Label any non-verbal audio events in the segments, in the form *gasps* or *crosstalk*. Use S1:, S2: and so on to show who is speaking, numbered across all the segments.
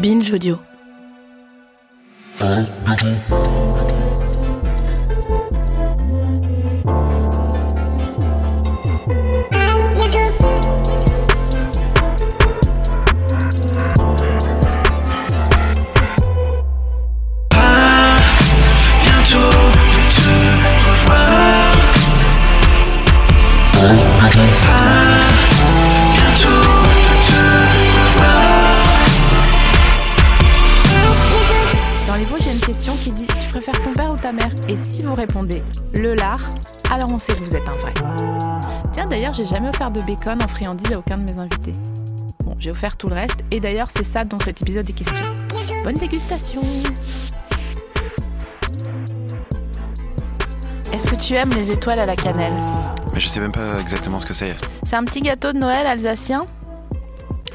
S1: Binge Audio.
S2: bientôt de te revoir. Ah, bientôt de te revoir.
S1: Dans les Vosges, il y a une question qui dit Tu préfères ton père ou ta mère Et si vous répondez le lard, alors on sait que vous êtes un vrai. Tiens, d'ailleurs, j'ai jamais offert de bacon en friandise à aucun de mes invités. Bon, j'ai offert tout le reste, et d'ailleurs, c'est ça dont cet épisode est question. Bonne dégustation Est-ce que tu aimes les étoiles à la cannelle
S3: Mais je sais même pas exactement ce que c'est.
S1: C'est un petit gâteau de Noël alsacien.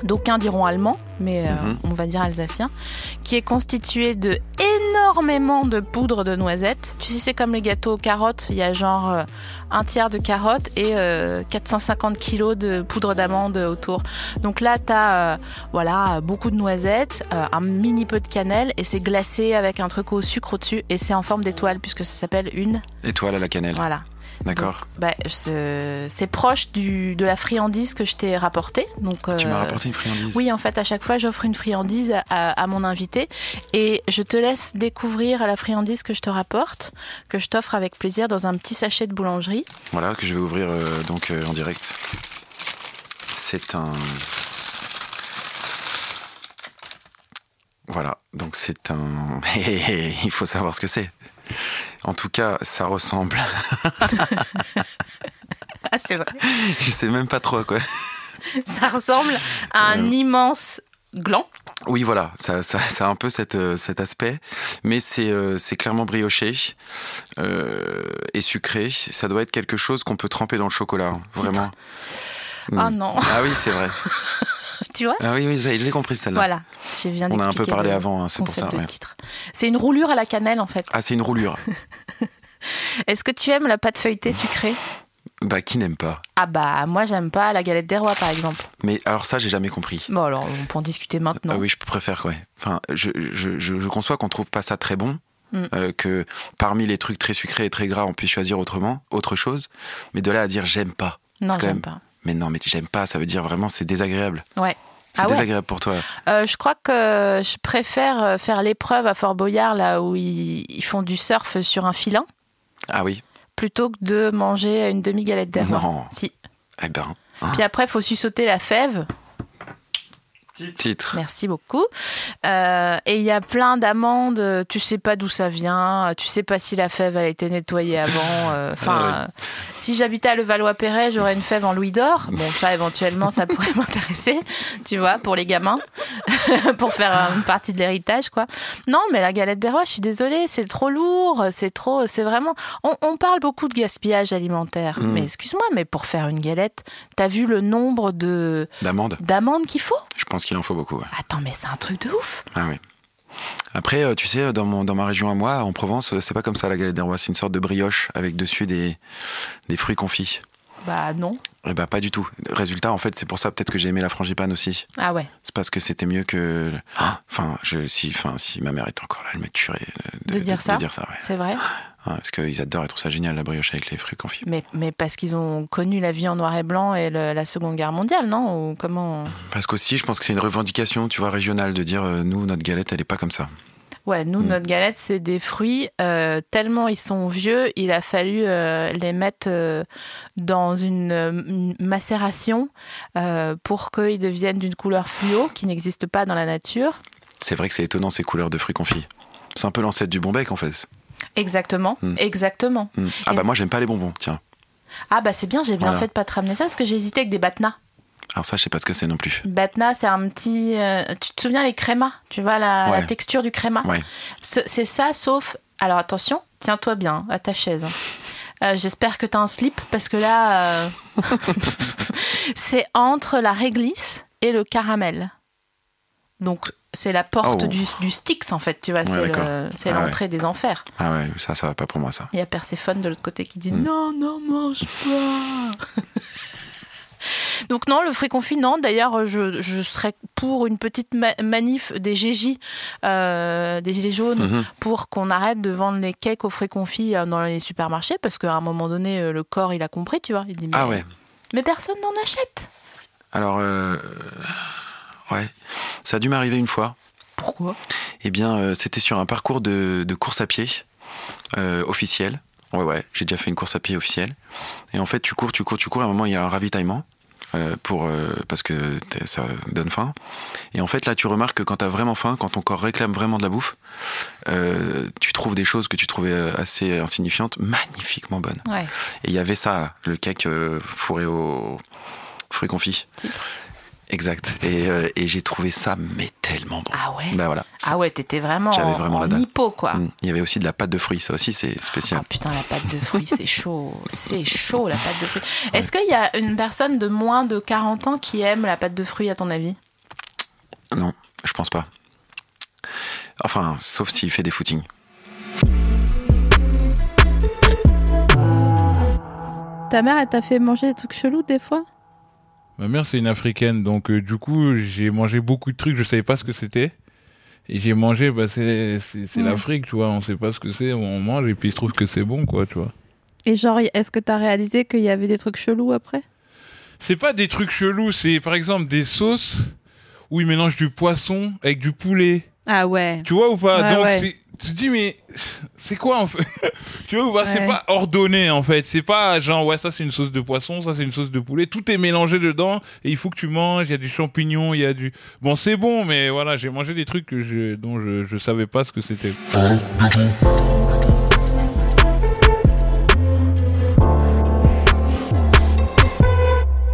S1: D'aucuns diront allemand, mais euh,
S3: Mhm.
S1: on va dire alsacien, qui est constitué de énormément de poudre de noisettes. Tu sais, c'est comme les gâteaux aux carottes. Il y a genre euh, un tiers de carottes et euh, 450 kilos de poudre d'amande autour. Donc là, t'as euh, voilà beaucoup de noisettes, euh, un mini peu de cannelle et c'est glacé avec un truc au sucre au-dessus et c'est en forme d'étoile puisque ça s'appelle une.
S3: Étoile à la cannelle.
S1: Voilà.
S3: D'accord.
S1: Bah, c'est c'est proche du, de la friandise que je t'ai rapportée. Donc,
S3: Tu m'as
S1: euh,
S3: rapporté une friandise.
S1: Oui, en fait, à chaque fois, j'offre une friandise à, à mon invité et je te laisse découvrir la friandise que je te rapporte, que je t'offre avec plaisir dans un petit sachet de boulangerie.
S3: Voilà, que je vais ouvrir euh, donc euh, en direct. C'est un. Voilà, donc c'est un. *laughs* Il faut savoir ce que c'est. En tout cas, ça ressemble.
S1: *laughs*
S3: *laughs*
S1: Ah, c'est vrai.
S3: je sais même pas trop à quoi.
S1: Ça ressemble à un
S3: Euh.
S1: immense gland. *laughs*
S3: Oui, voilà, ça, ça, ça a un peu cette, euh, cet aspect, mais c'est euh, c'est clairement brioché euh, et sucré. Ça doit être quelque chose qu'on peut tremper dans le chocolat, hein, vraiment.
S1: Ah
S3: Mm.
S1: non,
S3: Ah oui,
S1: *laughs*
S3: c'est vrai.
S1: tu vois
S3: Ah oui, oui, ça y est, je l'ai compris celle-là.
S1: Voilà, j'ai bien
S3: On a un
S1: d'expliquer
S3: peu parlé
S1: le
S3: avant, hein, c'est pour
S1: concept
S3: ça.
S1: de
S3: ouais.
S1: titre. C'est une roulure à la cannelle en fait.
S3: Ah, c'est une roulure.
S1: Est-ce que tu aimes la pâte feuilletée sucrée
S3: bah, qui n'aime pas
S1: Ah bah moi j'aime pas la galette des rois par exemple.
S3: Mais alors ça, j'ai jamais compris.
S1: Bon alors on peut en discuter maintenant.
S3: Ah oui, je préfère, ouais. Enfin, je, je, je, je conçois qu'on trouve pas ça très bon,
S1: Mm.
S3: euh, que parmi les trucs très sucrés et très gras, on puisse choisir autrement, autre chose. Mais de là à dire j'aime pas,
S1: non
S3: c'est quand
S1: j'aime
S3: même
S1: pas.
S3: Mais non, mais j'aime pas, ça veut dire vraiment c'est désagréable.
S1: Ouais.
S3: Euh, C'est
S1: Ah ouais.
S3: désagréable pour toi.
S1: Euh, je crois que je préfère euh, faire l'épreuve à Fort Boyard là où ils, ils font du surf sur un filin
S3: Ah oui
S1: plutôt que de manger une demi galette d'air.
S3: Non.
S1: Si.
S3: Eh ben,
S1: Puis après faut aussi sauter la fève.
S3: *laughs* titre.
S1: Merci beaucoup. Euh, et il y a plein d'amandes. Tu sais pas d'où ça vient. Tu sais pas si la fève elle a été nettoyée avant.
S3: *laughs*
S1: euh, Enfin,
S3: Ah
S1: euh, si j'habitais à Levallois-Perret, j'aurais une fève en louis
S3: *laughs*
S1: d'or. Bon, ça éventuellement, ça pourrait *laughs* m'intéresser. Tu vois, pour les gamins, *laughs* pour faire euh, une partie de l'héritage, quoi. Non, mais la galette des rois, je suis désolée, c'est trop lourd. C'est trop. C'est vraiment. On, on parle beaucoup de gaspillage alimentaire.
S3: Mm.
S1: Mais excuse-moi, mais pour faire une galette, t'as vu le nombre de
S3: D'amande,
S1: d'amandes qu'il faut
S3: je pense qu'il en faut beaucoup. ouais.
S1: Attends, mais c'est un truc de ouf.
S3: Ah oui. Après, euh, tu sais, dans, mon, dans ma région à moi, en Provence, euh, c'est pas comme ça la galette des rois. C'est une sorte de brioche avec dessus des, des fruits confits.
S1: Bah non.
S3: Eh ben, pas du tout. Résultat, en fait, c'est pour ça peut-être que j'ai aimé la frangipane aussi.
S1: Ah ouais.
S3: C'est parce que c'était mieux que. Ah, Enfin, je, si, enfin, si ma mère était encore là, elle me tuerait euh,
S1: De dire ça
S3: De dire ça, ouais.
S1: C'est vrai,
S3: Ah, parce qu'ils adorent et trouvent ça génial, la brioche avec les fruits confits.
S1: mais, mais parce qu'ils ont connu la vie en noir et blanc et le- la Seconde Guerre mondiale, non Ou comment
S3: Parce qu'aussi, je pense que c'est une revendication, tu vois, régionale, de dire euh, nous, notre galette, elle est pas comme ça.
S1: Ouais, nous,
S3: Hmm.
S1: notre galette, c'est des fruits. euh, tellement ils sont vieux, il a fallu euh, les mettre euh, dans une, euh, une macération euh, pour qu'ils deviennent d'une couleur fluo qui n'existe pas dans la nature.
S3: C'est vrai que c'est étonnant ces couleurs de fruits confits. C'est un peu l'ancêtre du bonbec en fait.
S1: Exactement,
S3: Hmm.
S1: exactement.
S3: Hmm. Ah
S1: Et-
S3: bah moi j'aime pas les bonbons, tiens.
S1: Ah bah c'est bien, j'ai bien
S3: Voilà.
S1: fait de pas te ramener ça parce que j'ai hésité avec des batnas.
S3: Alors ça je sais pas ce que c'est non plus.
S1: Batna, c'est un petit. euh, tu te souviens les crémas Tu vois la, la
S3: Ouais.
S1: texture du créma
S3: Ouais.
S1: Ce- C'est ça, sauf. Alors attention, tiens-toi bien hein, à ta chaise. Euh, J'espère que t'as un slip parce que là, euh, *laughs* c'est entre la réglisse et le caramel. Donc c'est la porte
S3: Oh.
S1: du, du Styx en fait, tu vois, c'est
S3: d'accord.
S1: le- c'est
S3: Ah ouais.
S1: l'entrée des enfers.
S3: Ah ouais, ça ça va pas pour moi ça.
S1: Il y a Perséphone de l'autre côté qui dit
S3: Mm.
S1: non, non, mange pas.
S2: *laughs* Donc non, le fruit confit, non. D'ailleurs, je, je serais pour une petite ma- manif des GJ, euh, des Gilets jaunes,
S3: Mhm.
S2: pour qu'on arrête de vendre les cakes aux fruits confits euh, dans les supermarchés, parce qu'à un moment donné, euh, le corps, il a compris, tu vois. Il dit, mais,
S3: Ah ouais.
S2: mais personne n'en achète.
S3: Alors, euh, ouais, ça a dû m'arriver une fois.
S2: Pourquoi
S3: Eh bien, euh, c'était sur un parcours de, de course à pied euh, officiel. Ouais, ouais, j'ai déjà fait une course à pied officielle. Et en fait, tu cours, tu cours, tu cours. À un moment, il y a un ravitaillement euh, pour euh, parce que t'es- ça donne faim. Et en fait, là, tu remarques que quand t'as vraiment faim, quand ton corps réclame vraiment de la bouffe, euh, tu trouves des choses que tu trouvais euh, assez insignifiantes, magnifiquement bonnes.
S2: Ouais,
S3: Et il y avait ça, là, le cake euh, fourré au fruits confits.
S2: titre.
S3: Exact. Et, euh, et j'ai trouvé ça mais tellement bon.
S2: Ah ouais
S3: Bah voilà.
S2: Ah ouais, t'étais vraiment,
S3: J'avais
S2: en-
S3: vraiment la
S2: en
S3: dalle.
S2: hypo, quoi.
S3: Mm. Il y avait aussi de la pâte de fruits, ça aussi c'est spécial.
S2: Ah putain, la pâte
S1: *laughs*
S2: de fruits, c'est chaud. C'est chaud, la pâte de fruits. Est-ce qu'il y a une personne de moins de 40 ans qui aime la pâte de fruits, à ton avis
S3: Non, je pense pas. Enfin, sauf s'il fait des footings.
S1: Ta mère, elle t'a fait manger des trucs chelous des fois
S4: Ma mère, c'est une africaine, donc euh, du coup, j'ai mangé beaucoup de trucs, je savais pas ce que c'était. Et j'ai mangé, bah, c'est c'est- c'est
S1: Ouais.
S4: l'Afrique, tu vois, on sait pas ce que c'est, on mange, et puis il se trouve que c'est bon, quoi, tu vois.
S1: Et genre, est-ce que t'as réalisé qu'il y avait des trucs chelous après
S4: C'est pas des trucs chelous, c'est par exemple des sauces où ils mélangent du poisson avec du poulet.
S1: Ah ouais.
S4: Tu vois ou pas
S1: Ouais,
S4: Donc
S1: ouais.
S4: c'est- tu te dis mais c'est quoi en fait *laughs* Tu vois ou pas C'est
S1: Ouais.
S4: pas ordonné en fait. C'est pas genre ouais ça c'est une sauce de poisson, ça c'est une sauce de poulet. Tout est mélangé dedans et il faut que tu manges. Il y a des champignons, il y a du bon c'est bon mais voilà j'ai mangé des trucs que je, dont je, je savais pas ce que c'était.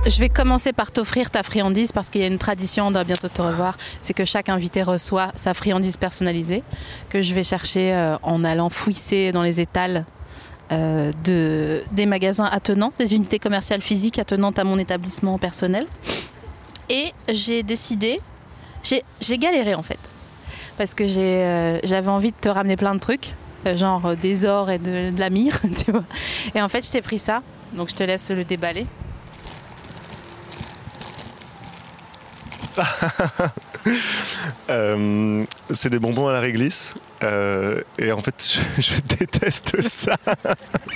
S1: Je vais commencer par t'offrir ta friandise parce qu'il y a une tradition d'un bientôt te revoir, c'est que chaque invité reçoit sa friandise personnalisée que je vais chercher euh, en allant fouisser dans les étals euh, de, des magasins attenants, des unités commerciales physiques attenantes à mon établissement personnel. Et j'ai décidé, j'ai j'ai galéré en fait, parce que j'ai, euh, j'avais envie de te ramener plein de trucs, euh, genre des ors et de, de la myrrhe, *laughs* tu vois. Et en fait, je t'ai pris ça, donc je te laisse le déballer.
S5: Euh, c'est des bonbons à la réglisse. Euh, et en fait, *laughs* je, je déteste ça.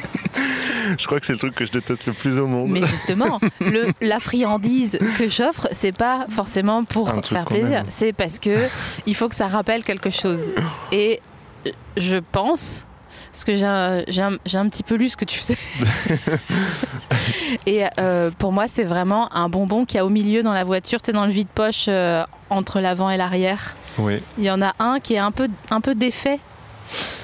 S5: *laughs* je crois que c'est le truc que je déteste le plus au monde. *laughs*
S1: Mais justement, le, la friandise que j'offre, c'est pas forcément pour
S5: Un truc
S1: faire
S5: qu'on
S1: plaisir.
S5: aime.
S1: C'est parce que il faut que ça rappelle quelque chose. Et euh, je pense, parce que j'ai un, j'ai un- j'ai un petit peu lu ce que tu faisais. Et euh, pour moi, c'est vraiment un bonbon qui a au milieu dans la voiture, tu sais, dans le vide-poche euh, entre l'avant et l'arrière.
S5: Oui.
S1: Il y en a un qui est un peu, un peu défait.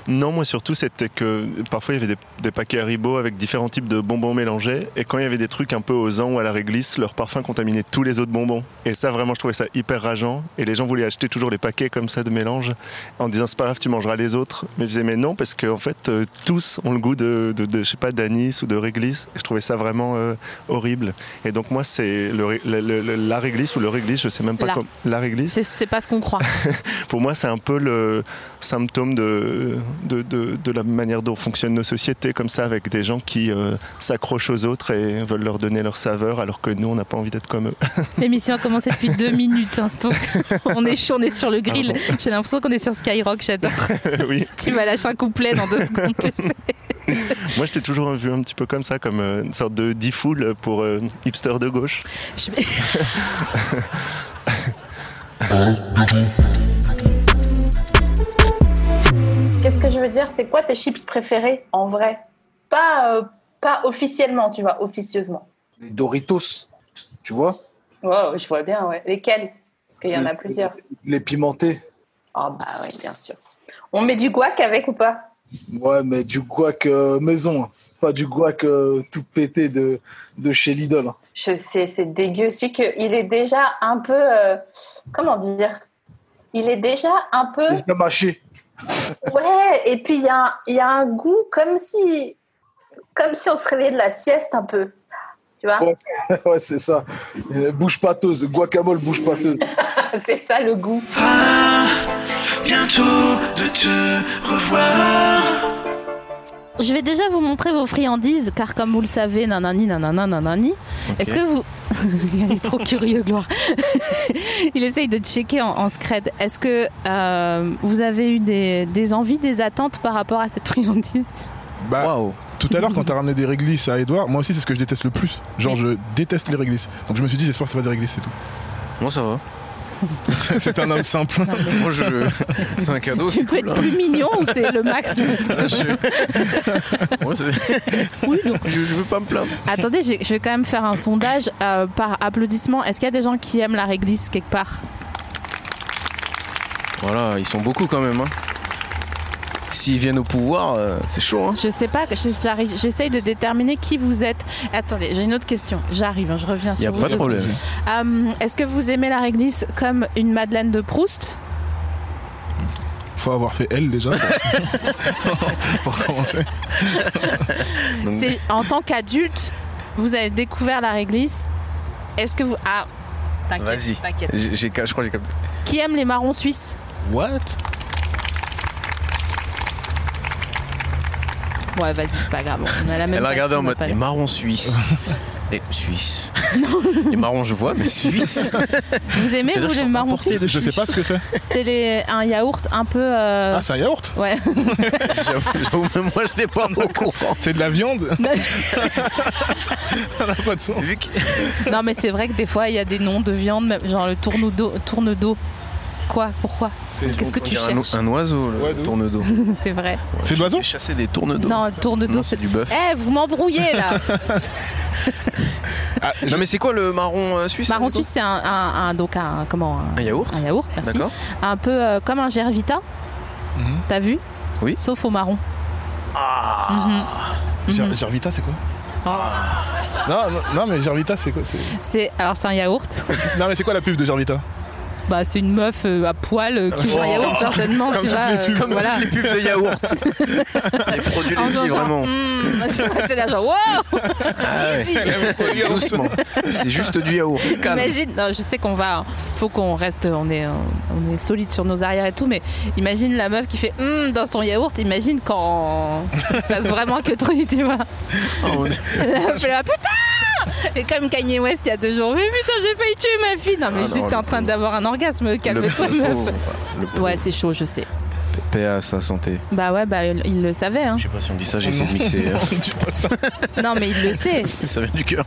S5: Non, moi surtout, c'était que parfois il y avait des, des paquets Haribo avec différents types de bonbons mélangés. Et quand il y avait des trucs un peu aux ans ou à la réglisse, leur parfum contaminait tous les autres bonbons. Et ça, vraiment, je trouvais ça hyper rageant. Et les gens voulaient acheter toujours les paquets comme ça de mélange en disant c'est pas grave, tu mangeras les autres. Mais je disais mais non, parce qu'en fait, euh, tous ont le goût de, de, de, je sais pas, d'anis ou de réglisse. Et je trouvais ça vraiment euh, horrible. Et donc, moi, c'est le ré- le- le- le- la réglisse ou le réglisse, je sais même pas
S1: La.
S5: comment. La réglisse
S1: C'est- C'est pas ce qu'on croit.
S5: *laughs* pour moi, c'est un peu le symptôme de, de, de- de la manière dont fonctionnent nos sociétés, comme ça, avec des gens qui euh, s'accrochent aux autres et veulent leur donner leur saveur, alors que nous, on n'a pas envie d'être comme eux.
S1: L'émission a commencé depuis deux minutes, hein, donc on est chaud, on est sur le grill.
S5: Ah
S1: J'ai l'impression qu'on est sur Skyrock, j'adore.
S5: oui.
S1: Tu vas lâcher un couplet dans deux secondes, tu sais.
S5: *laughs* Moi, je t'ai toujours vu un petit peu comme ça, comme euh, une sorte de difoule pour euh, hipster de gauche.
S1: Je-
S5: *laughs*
S2: Qu'est-ce que je veux dire C'est quoi tes chips préférés en vrai Pas, euh, pas officiellement, tu vois, officieusement.
S6: les Doritos, tu vois,
S2: Wow, Oh, je vois bien, ouais. Lesquels Parce qu'il y en a
S6: Les-
S2: plusieurs.
S6: les pimentés.
S2: Oh bah oui, bien sûr. On met du guac avec ou pas
S6: Ouais, mais du guac euh, maison, hein. pas du guac euh, tout pété de, de chez Lidl. hein.
S2: Je sais, c'est dégueu. Celui que, il est déjà un peu. euh, comment dire Il est déjà un
S6: *laughs*
S2: peu.
S1: Hein
S6: Les gars mâchés.
S2: Ouais, et puis il y a, un- il y a un goût comme si, comme si on se réveillait de la sieste un peu. Tu
S1: Hein
S2: vois
S6: Ouais. ouais, *laughs* c'est ça. Euh, Bouche pâteuse, guacamole bouche pâteuse.
S2: *laughs* C'est ça le goût.
S7: Ah, bientôt de te revoir.
S1: je vais déjà vous montrer vos friandises, car comme vous le savez, nanani, nanana, nanani. Est-ce que vous. *laughs* Il est trop curieux, Gloire. *laughs* Il essaye de checker en, en scred. Est-ce que euh, vous avez eu des, des envies, des attentes par rapport à cette friandise
S8: Bah,
S9: Waouh.
S8: tout à l'heure, quand t'as ramené des réglisses à Edouard, moi aussi, c'est ce que je déteste le plus. Genre, je déteste les réglisses. Donc, je me suis dit, j'espère que c'est pas des réglisses, c'est tout.
S9: Moi, ça va. *laughs*
S8: c'est un homme simple.
S9: Moi, je... c'est un cadeau,
S1: Tu
S9: c'est
S1: peux
S9: cool.
S1: être
S9: hein.
S1: plus mignon ou c'est le
S9: *laughs*
S1: max *laughs*
S9: Je- Moi, c'est-
S1: Oui, non.
S9: je, je veux pas me plaindre.
S1: Attendez, j'ai- je vais quand même faire un sondage euh, par applaudissement. Est-ce qu'il y a des gens qui aiment la réglisse quelque part
S9: Voilà, ils sont beaucoup quand même. Hein. S'ils viennent au pouvoir, euh, c'est chaud. Hein.
S1: Je sais pas, je- j'arrive- j'essaye de déterminer qui vous êtes. Attendez, j'ai une autre question. J'arrive, hein, je reviens
S9: Il n'y
S1: sur
S9: a
S1: vous.
S9: pas de problème.
S1: Euh, Est-ce que vous aimez la réglisse comme une Madeleine de Proust
S8: Faut avoir fait elle
S9: *laughs*
S8: déjà. *laughs* pour- pour commencer.
S9: Donc,
S1: C'est en tant qu'adulte, vous avez découvert la réglisse. Est-ce que vous ah
S9: Vas-y.
S1: t'inquiète, t'inquiète.
S9: j'ai- j'ai ca- je crois que j'ai capté.
S1: Qui aime les marrons suisses
S8: What
S1: Ouais, vas-y, c'est pas grave. On a
S9: *laughs*
S1: la même.
S9: Elle a regardé
S1: passion,
S9: en mode
S1: on a pas
S9: les
S1: le-
S9: marrons suisses. Les
S1: *laughs*
S9: Suisses. Les marrons, je vois, mais Suisses.
S1: Vous aimez
S9: C'est-à-dire
S1: vous
S9: qu'ils
S1: les
S9: sont
S1: marrons
S9: importés
S1: suisses euh,
S9: de
S8: Je sais
S9: Suisse.
S8: pas ce que c'est.
S1: C'est les un yaourt un peu. euh,
S8: Ah, c'est un yaourt
S1: Ouais.
S9: J'avoue, j'avoue, même moi, je n'étais pas au courant.
S8: C'est de
S1: *laughs*
S8: la viande
S1: Bah,
S8: Ça n'a pas de sens.
S9: Vu que-
S1: non mais c'est vrai que des fois il y a des noms de viande, même, genre le tourne d'eau. Tourne d'eau. Quoi Pourquoi Qu'est-ce que tu
S9: un,
S1: cherches
S9: un oiseau, le
S8: Ouais, de ouf.
S9: tourne d'eau.
S1: *laughs* C'est vrai.
S8: C'est de l'oiseau
S9: Chasser des tournes d'eau.
S1: Non, le tourne d'eau.
S9: Non,
S1: c'est-
S9: c'est du bœuf.
S1: Eh, vous m'embrouillez là.
S8: Ah, je-
S9: Non, mais c'est quoi le *laughs* marron euh, suisse
S1: Marron
S9: du coup
S1: suisse, c'est un, un, un- donc un comment un-
S9: Un yaourt
S1: un yaourt, merci.
S9: D'accord.
S1: Un peu euh, comme un Gervita.
S8: Mhm.
S1: T'as vu
S9: Oui.
S1: Sauf au marron.
S8: Ah.
S9: Mhm.
S8: Ger- Gervita, c'est quoi
S9: Ah.
S8: non, non, non, mais Gervita, c'est quoi c'est-
S1: C'est alors c'est un yaourt.
S8: Non, mais c'est quoi la pub de Gervita
S1: bah c'est une meuf euh, à poil euh, qui mange un yaourt certainement,
S8: Comme
S1: tu
S8: toutes
S1: vois.
S8: les
S1: euh,
S8: pubs.
S9: Oh. *laughs* Comme
S1: voilà.
S9: toutes les pubs de yaourt. les produits
S1: En
S9: laitiers,
S1: faisant genre,
S9: vraiment.
S1: hmm, tu vois, t'es là genre, wow
S9: Ah ouais.
S1: Easy.
S9: Doucement. C'est juste du yaourt. Calme.
S1: Imagine, non, je sais qu'on va, faut qu'on reste, on est, on est solide sur nos arrières et tout, mais imagine la meuf qui fait hum dans son yaourt, imagine quand *laughs* il se passe vraiment que *laughs* truc, tu vois.
S9: Oh, mon Dieu.
S1: La meuf, elle est là, putain Et comme Kanye West il y a deux jours, mais putain, j'ai failli tuer ma fille. Non, mais
S9: Ah,
S1: juste
S9: non,
S1: t'es en
S9: le
S1: train
S9: pauvre.
S1: d'avoir un orgasme, calme-toi,
S9: Le
S1: meuf.
S9: pauvre. Le pauvre.
S1: Ouais, c'est chaud, je sais.
S9: Paix à sa santé.
S1: Bah ouais, bah il, il le savait, hein.
S9: Je sais pas si on dit ça, j'ai essayé de mixer. *laughs* euh,
S1: *laughs* Non, mais il le sait.
S9: ça vient du cœur.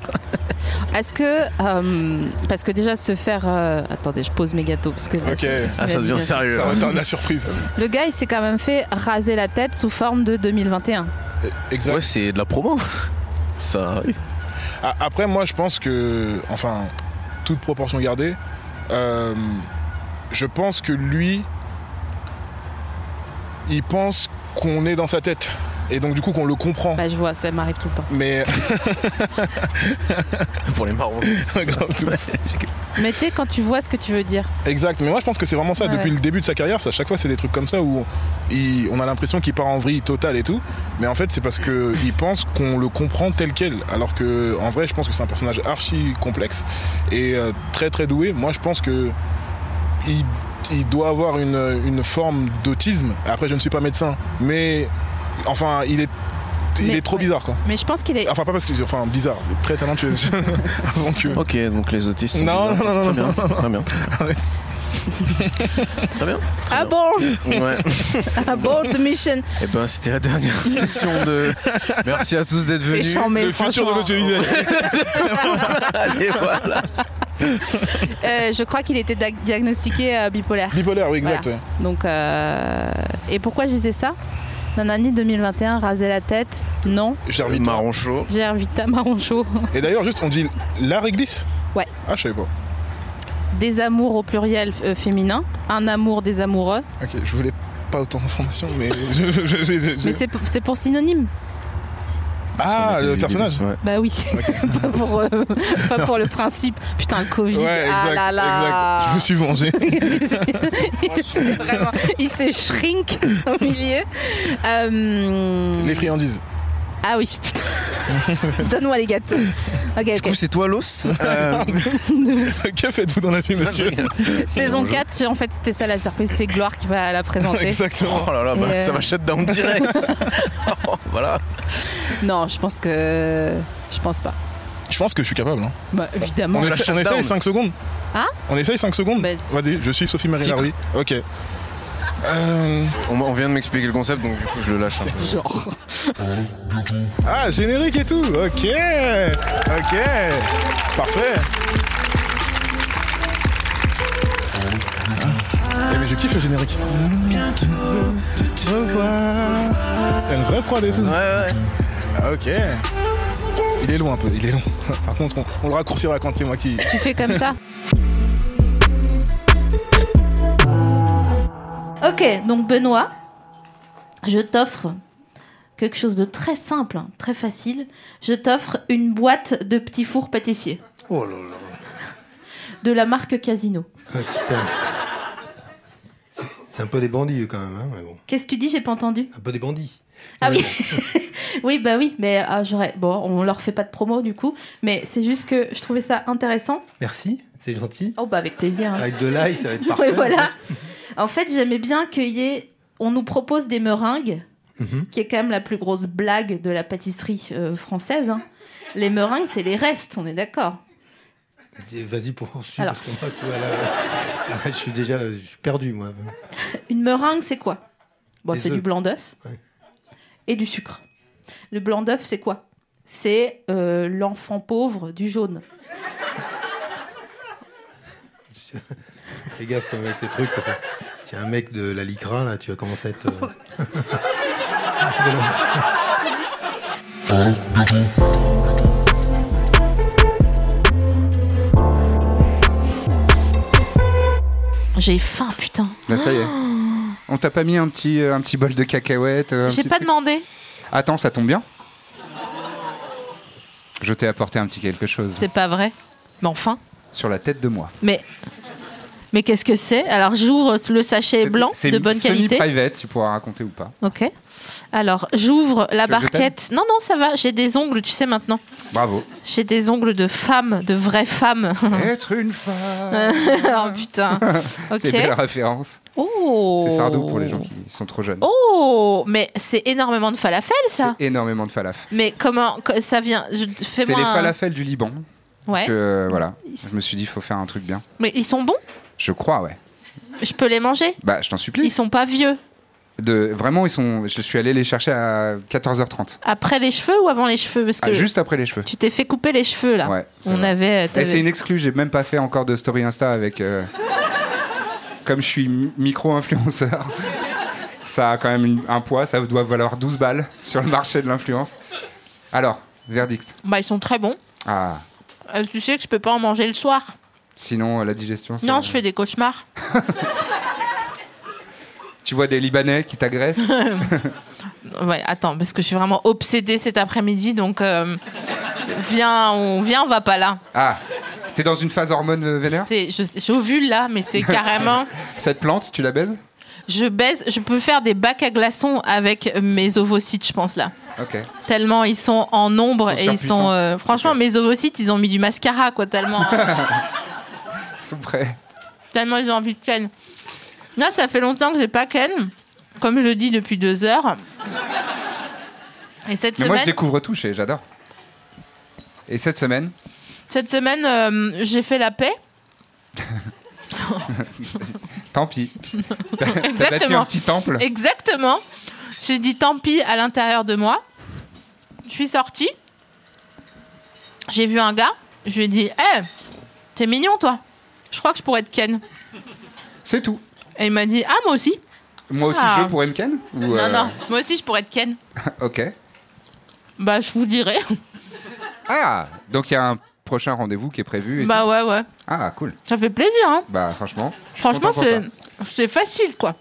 S1: Est-ce que. euh, parce que déjà, se faire. euh, attendez, je pose mes gâteaux parce que.
S8: Ok.
S9: Ah, ça devient sérieux.
S8: Ça va
S9: hein.
S8: être de la surprise.
S1: Le gars, il s'est quand même fait raser la tête sous forme de 2021.
S8: Exact.
S9: Ouais, c'est de la promo. *laughs* Ça arrive.
S8: A- Après, moi, je pense que, enfin, toute proportion gardée, euh, je pense que lui, il pense qu'on est dans sa tête. Et donc, du coup, qu'on le comprend.
S1: Bah, je vois, ça m'arrive tout le temps.
S8: Mais
S9: *laughs* Pour les
S8: *laughs*
S9: marrons.
S8: Grave, tout.
S1: Mais tu sais, quand tu vois ce que tu veux dire.
S8: exact. Mais moi, je pense que c'est vraiment ça
S1: Ouais,
S8: depuis
S1: ouais.
S8: le début de sa carrière. Ça, à chaque fois, c'est des trucs comme ça où il- on a l'impression qu'il part en vrille totale et tout. Mais en fait, c'est parce que il pense qu'on le comprend tel quel. Alors que, en vrai, je pense que c'est un personnage archi complexe et euh, très très doué. Moi, je pense que il, il doit avoir une, une forme d'autisme. Après, je ne suis pas médecin, mais enfin, il est il
S1: Mais-
S8: est trop
S1: ouais.
S8: bizarre quoi.
S1: Mais je pense qu'il est.
S8: Enfin, pas parce que enfin bizarre, il est très talentueux. *laughs* Avant que-
S9: Ok, donc les autistes sont.
S8: Non,
S9: bizarres.
S8: non, non,
S9: Très bien. Très bien. Très bien. très
S1: Ah
S9: bien.
S1: bon *laughs*
S9: Ouais.
S1: Ah bon, the mission
S9: Et ben, c'était la
S1: *laughs*
S9: dernière session de. Merci à tous d'être
S1: C'est
S9: venus.
S1: chiant, mais
S8: le futur de
S1: franchement,
S8: l'audiovisuel.
S9: Allez, voilà.
S1: euh, je crois qu'il était dag- diagnostiqué euh, bipolaire.
S8: Bipolaire, oui, exact.
S1: Voilà.
S8: ouais.
S1: Donc, euh, et pourquoi je disais ça Nanani 2021, raser la tête, non.
S8: Gervais, toi.
S9: Marron chaud.
S1: J'ai Gervita marron chaud.
S8: Et d'ailleurs, juste, on dit la réglisse
S1: Ouais.
S8: Ah, je savais pas.
S1: Des amours au pluriel euh, féminin, un amour des amoureux.
S8: Ok, je voulais pas autant d'informations, mais. je- je- je- je- je-
S1: Mais c'est pour, c'est pour synonyme.
S8: Ah,
S9: On était
S8: le
S9: du
S8: personnage
S9: début. Ouais.
S1: Bah oui, *laughs* pas, pour, euh, pas pour le principe. Putain, le Covid. ah là là.
S8: Je me
S1: *laughs*
S8: suis vengé.
S1: Vraiment, il se shrink au milieu. Euh,
S8: Les friandises.
S1: Ah oui, putain.
S10: *laughs*
S1: Donne-moi les gâteaux. Ok,
S10: Du
S1: ok.
S10: coup, c'est
S8: *laughs*
S10: toi l'os Euh,
S8: que faites-vous dans la vie, monsieur
S4: Saison 4, en fait, c'était ça la surprise. C'est Gloire qui va la présenter.
S8: Exactement.
S10: Oh là là, bah,
S4: Euh.
S10: ça va shut down
S1: *laughs*
S10: direct. Oh, voilà.
S4: Non, je pense que. Je pense pas.
S8: Je pense que je suis capable. hein.
S4: Bah, évidemment.
S8: On,
S10: la
S8: essaye, on
S10: shutdown.
S8: essaye 5 secondes.
S4: Hein
S8: On essaye 5 secondes.
S4: Bah,
S8: Vas-y, je suis Sophie Marie
S10: Titre.
S8: Larry. Ok. Euh,
S10: On, on vient de m'expliquer le concept, donc du coup, je le lâche un peu.
S4: Genre.
S8: Ah, générique et tout. Ok. Ok. Parfait. Eh, mais je kiffe le générique. Revoir. Une vraie prod et tout.
S10: Ouais, ouais.
S8: Ah, ok. Il est long un peu, il est long. *laughs* Par contre, on, on le raccourcira quand c'est moi qui.
S4: Tu fais comme ça.
S1: Ok, donc Benoît, je t'offre quelque chose de très simple, hein, très facile. Je t'offre une boîte de petits fours pâtissiers
S11: Oh là là.
S1: de la marque Casino.
S11: Ah, super. C'est un peu des bandits eux, quand même, hein, mais bon.
S1: Qu'est-ce que tu dis J'ai pas entendu.
S11: Un peu des bandits.
S1: Ah
S11: Ouais,
S1: oui. *laughs* oui, bah oui, mais ah, j'aurais. Bon, on leur fait pas de promo du coup, mais c'est juste que je trouvais ça intéressant.
S11: Merci, c'est gentil.
S1: Oh bah avec plaisir. hein.
S11: Avec de
S1: *laughs*
S11: l'ail, ça va être
S1: Oui,
S11: parfait.
S1: voilà. En fait, j'aimais bien qu'il y ait. On nous propose des meringues,
S11: Mhm.
S1: qui est quand même la plus grosse blague de la pâtisserie euh, française. hein. Les meringues, c'est les restes, on est d'accord.
S11: Dis- Vas-y, poursuis.
S1: Alors.
S11: Parce que moi, tu vois, là, là, je suis déjà euh, je suis perdu, moi.
S1: Une meringue, c'est quoi Bon,
S11: Des
S1: c'est
S11: œufs.
S1: du blanc d'œuf
S11: Ouais.
S1: et du sucre. Le blanc d'œuf, c'est quoi C'est euh, l'enfant pauvre du jaune.
S11: Fais gaffe quand même avec tes trucs. Parce que si un mec de la Licra, là, tu vas commencer à être. euh, *laughs*
S1: J'ai faim, putain.
S12: Là, ça y
S1: Ah.
S12: est. On t'a pas mis un petit, euh, un petit bol de cacahuètes euh, un
S7: J'ai
S12: petit
S7: pas
S12: truc
S7: demandé.
S12: Attends, ça tombe bien. Je t'ai apporté un petit quelque chose
S4: C'est pas vrai. Mais enfin.
S12: sur la tête de moi.
S1: Mais, mais qu'est-ce que c'est Alors, j'ouvre le sachet
S12: C'est
S1: blanc
S12: c'est
S1: de bonne qualité.
S12: Semi-private, tu pourras raconter ou pas.
S1: Ok. Alors, j'ouvre la
S12: Tu veux que je
S1: barquette. Non, non, ça va. J'ai des ongles, tu sais maintenant.
S12: Bravo.
S1: J'ai des ongles de femme, de vraie femme. *laughs*
S12: Être une femme.
S1: oh
S12: *laughs*
S1: putain.
S12: C'est belle
S1: Ok.
S12: référence.
S1: Oh.
S12: C'est Sardou pour les gens qui sont trop jeunes.
S1: Oh, mais c'est énormément de falafel, ça.
S12: C'est énormément de falafels.
S1: Mais comment que- ça vient Je fais
S12: C'est les
S1: moi. un-
S12: falafels du Liban. Parce
S1: Ouais.
S12: que euh, voilà,
S1: Ils-
S12: je me suis dit faut faire un truc bien.
S1: Mais ils sont bons.
S12: Je crois ouais.
S1: Je peux les manger.
S12: Bah je t'en
S1: Ils
S12: supplie.
S1: sont pas vieux.
S12: De vraiment ils sont. Je suis allé les chercher à 14h30.
S1: Après les cheveux ou avant les cheveux Parce que
S12: Ah, juste après les cheveux.
S1: tu t'es fait couper les cheveux là.
S12: Ouais. c'est
S1: On
S12: vrai.
S1: avait.
S12: Et
S1: t'avais-
S12: Eh, c'est une exclue. J'ai même pas fait encore de story Insta avec. euh, Comme je suis mi- micro-influenceur, *laughs* ça a quand même une- un poids. Ça doit valoir 12 balles sur le marché de l'influence. Alors verdict.
S1: Bah ils sont très bons.
S12: Ah.
S1: Euh, tu sais que je peux pas en manger le soir.
S12: Sinon euh, la digestion. c'est-
S1: Non, je fais des cauchemars.
S12: Tu vois des Libanais qui
S1: *laughs*
S12: t'agressent. *laughs*
S1: Ouais, attends, parce que je suis vraiment obsédée cet après-midi, donc euh, viens, on vient, on va pas là.
S12: Ah. T'es dans une phase hormone euh, vénère.
S1: C'est, je, j'ovule là, mais c'est
S12: *laughs*
S1: carrément.
S12: Cette plante, tu la baises
S1: Je baise, je peux faire des bacs à glaçons avec mes ovocytes, je pense là.
S12: Ok. *laughs*
S1: Tellement ils sont en nombre
S12: Ils sont
S1: et ils
S12: surpuissants.
S1: sont. euh, franchement,
S12: Ok.
S1: mes ovocytes, ils ont mis du mascara, quoi, tellement,
S12: *laughs* Ils sont prêts.
S1: tellement ils ont envie de ken. Là, ça fait longtemps que j'ai pas ken, comme je le dis depuis deux heures. Et cette
S12: Mais moi, je
S1: semaine,
S12: découvre tout chez j'adore. Et cette semaine,
S1: cette semaine euh, j'ai fait la paix.
S12: *laughs* tant pis. T'as t'as bâti
S1: Exactement.
S12: un petit temple.
S1: Exactement. J'ai dit tant pis à l'intérieur de moi. Je suis sortie. J'ai vu un gars. Je lui ai dit Hé, t'es mignon toi. Je crois que je pourrais être Ken.
S12: C'est tout.
S1: Et il m'a dit Ah, moi aussi.
S12: Moi aussi,
S1: Ah.
S12: je pourrais me ken Ou, euh,
S1: Non, non, moi aussi je pourrais être Ken.
S12: *laughs* Ok.
S1: Bah, je vous dirai.
S12: Ah Donc, il y a un prochain rendez-vous qui est prévu. et
S1: bah, ouais, ouais.
S12: tout. Ah, cool.
S1: Ça fait plaisir, hein.
S12: Bah, franchement. je suis
S1: Franchement,
S12: content pour
S1: c'est.
S12: toi.
S1: C'est facile, quoi.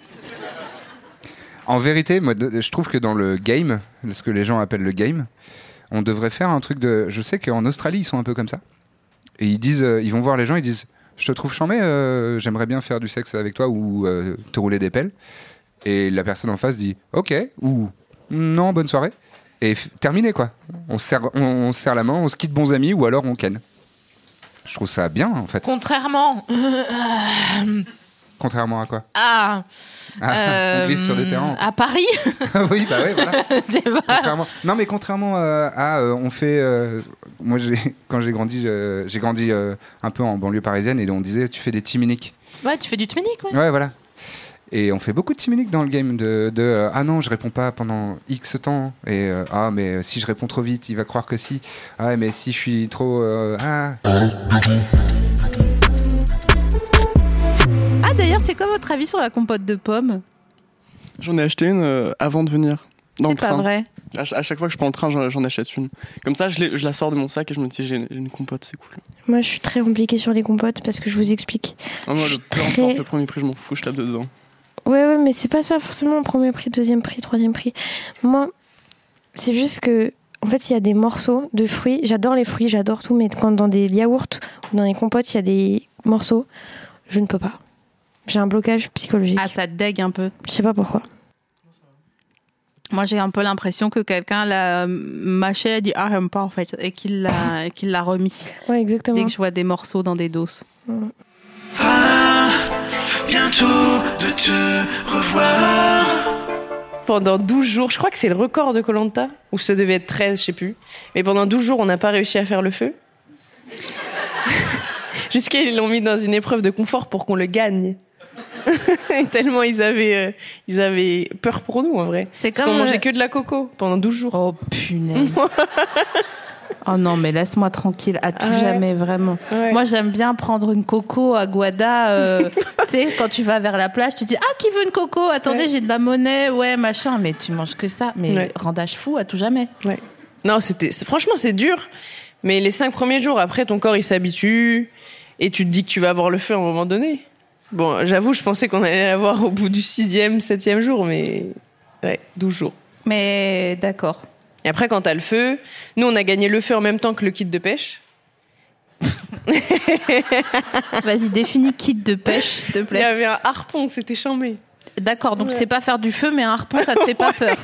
S12: En vérité, moi, de- je trouve que dans le game, ce que les gens appellent le game, on devrait faire un truc de. Je sais qu'en Australie, ils sont un peu comme ça. Et ils disent, euh, ils vont voir les gens, ils disent, je te trouve chambé, euh, j'aimerais bien faire du sexe avec toi ou euh, te rouler des pelles. Et la personne en face dit, ok, ou non, bonne soirée. Et f- terminé, quoi. On se serre, on, on se serre la main, on se quitte bons amis ou alors on ken. Je trouve ça bien, en fait.
S1: Contrairement. euh,
S12: Contrairement à quoi
S1: Ah.
S12: Ah, on glisse sur des terrains.
S1: euh, À Paris.
S12: *laughs* Oui, bah oui, voilà.
S1: *laughs* Débat.
S12: Contrairement- Non, mais contrairement euh, à. euh, on fait. euh, moi, j'ai- *laughs* quand j'ai grandi, je- j'ai grandi euh, un peu en banlieue parisienne et on disait tu fais des timiniques.
S1: Ouais, tu fais du tminique, ouais.
S12: Ouais, voilà. Et on fait beaucoup de timiniques dans le game de, de, euh, ah non je réponds pas pendant X temps et euh, ah mais euh, si je réponds trop vite il va croire que si ah mais si je suis trop euh, ah
S1: Ah, d'ailleurs, c'est quoi votre avis sur la compote de pommes
S13: J'en ai acheté une euh, avant de venir. Dans le
S1: C'est pas
S13: train.
S1: vrai.
S13: À, ch- à chaque fois que je prends le train, j'en, j'en achète une. Comme ça, je, l'ai- je la sors de mon sac et je me dis, j'ai une, une compote, c'est cool.
S14: Moi, je suis très compliquée sur les compotes parce que je vous explique.
S13: Non, Ah, moi,
S14: Je
S13: le,
S14: suis
S13: peu importe
S14: très-
S13: le premier prix, je m'en fous, je tape dedans.
S14: Ouais, ouais, mais c'est pas ça forcément, premier prix, deuxième prix, troisième prix. Moi, c'est juste que, en fait, il y a des morceaux de fruits. J'adore les fruits, j'adore tout, mais quand dans des yaourts ou dans des compotes, il y a des morceaux, je ne peux pas. J'ai un blocage psychologique.
S4: Ah, ça te dégue un peu.
S14: Je sais pas pourquoi.
S1: Moi, j'ai un peu l'impression que quelqu'un l'a mâché, a dit Ah, j'aime pas en fait, et qu'il l'a, et qu'il l'a remis.
S14: Ouais, exactement.
S1: Dès que je vois des morceaux dans des doses.
S2: Bientôt de te revoir.
S15: Pendant 12 jours, je crois que c'est le record de Colanta, ou ça devait être 13, je sais plus. Mais pendant 12 jours, on n'a pas réussi à faire le feu. *laughs* Jusqu'à ils l'ont mis dans une épreuve de confort pour qu'on le gagne. *laughs* Tellement ils avaient, euh, ils avaient peur pour nous en vrai.
S1: C'est
S15: Parce
S1: comme,
S15: qu'on
S1: euh,
S15: mangeait que de la coco pendant 12 jours.
S1: Oh
S15: *laughs*
S1: punaise. Oh non, mais *laughs* laisse-moi tranquille, à tout
S4: Ah ouais.
S1: jamais, vraiment. Moi, j'aime bien prendre une coco à
S15: *laughs*
S1: Guada. euh, tu sais, quand tu vas vers la plage, tu dis Ah, qui veut une coco Attendez, j'ai de la monnaie, ouais, machin. Mais tu manges que ça, mais
S15: Ouais.
S1: rendage fou à tout jamais.
S15: Ouais. Non, c'était c'est- franchement c'est dur, mais les cinq premiers jours après ton corps il s'habitue et tu te dis que tu vas avoir le feu à un moment donné. Bon, j'avoue, je pensais qu'on allait l'avoir au bout du sixième, septième jour, mais ouais, 12 jours.
S1: Mais d'accord.
S15: Et après quand t'as le feu, nous on a gagné le feu en même temps que le kit de pêche.
S1: Vas-y, définis kit de pêche, s'il te plaît.
S15: Il y avait un harpon, c'était chambé.
S1: D'accord, donc
S15: Ouais.
S1: c'est pas faire du feu, mais un harpon, ça te
S15: *laughs*
S1: fait pas peur.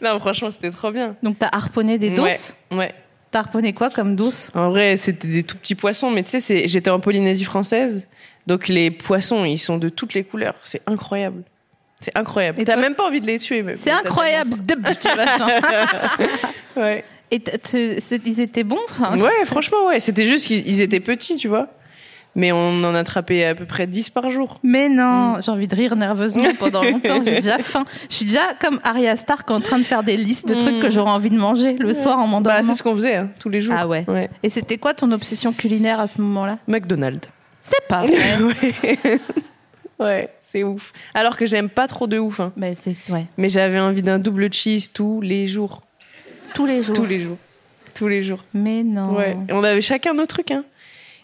S15: Non, franchement, c'était trop bien.
S1: Donc t'as harponné des
S15: Ouais,
S1: doses
S15: Ouais.
S1: T'as harponné quoi comme douce
S15: En vrai, c'était des tout petits poissons, mais tu sais, c'est- j'étais en Polynésie française, donc les poissons, ils sont de toutes les couleurs. C'est incroyable. C'est incroyable. T'as même pas envie de les tuer, même.
S1: C'est incroyable, ce dub, tu vois, genre.
S15: *laughs* Ouais.
S1: Et t- t- c'est- ils étaient bons hein? enfin,
S15: Ouais, franchement, ouais. C'était juste qu'ils ils étaient petits, tu vois. Mais on en attrapait à peu près 10 par jour.
S1: Mais non, Hmm. j'ai envie de rire nerveusement
S15: *laughs*
S1: pendant longtemps. J'ai déjà faim. Je suis déjà comme Arya Stark en train de faire des listes de trucs que j'aurais envie de manger le soir en m'endormant.
S15: Hmm. Bah, c'est ce qu'on faisait hein, tous les jours.
S1: Ah ouais. Et c'était quoi ton obsession culinaire à ce moment-là
S15: McDonald's.
S1: C'est pas
S15: *laughs*
S1: vrai.
S15: Ouais, c'est ouf. Alors que j'aime pas trop de ouf. hein.
S1: Mais Bah, c'est ouais.
S15: Mais j'avais envie d'un double cheese tous les jours.
S1: Tous les jours. Oh.
S15: Tous les jours. Tous les jours.
S1: Mais non.
S15: Ouais. Et on avait chacun nos trucs. Hein.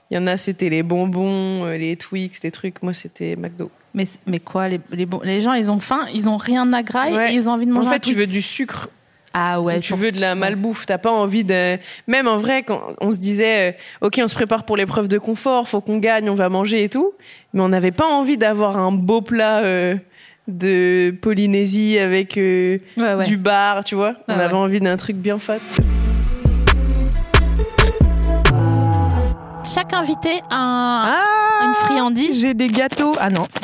S15: Il y en a, c'était les bonbons, euh, les Twix, les trucs. Moi, c'était McDo.
S1: Mais, mais quoi, les, les, bons- les gens, ils ont faim, ils ont rien à graille et ils ont envie de manger
S15: En
S1: un
S15: fait, tu
S1: Twix.
S15: veux du sucre.
S1: Ah ouais.
S15: Tu veux de la malbouffe. T'as pas envie de. Même en vrai, quand on se disait, euh, ok, on se prépare pour l'épreuve de confort, faut qu'on gagne, on va manger et tout. Mais on n'avait pas envie d'avoir un beau plat euh, de Polynésie avec euh,
S1: Ouais, ouais.
S15: du bar, tu vois. on
S1: Ouais,
S15: avait
S1: ouais.
S15: envie d'un truc bien fat.
S1: Chaque invité a un- une friandise.
S16: Ah, J'ai des gâteaux. Ah non. *laughs*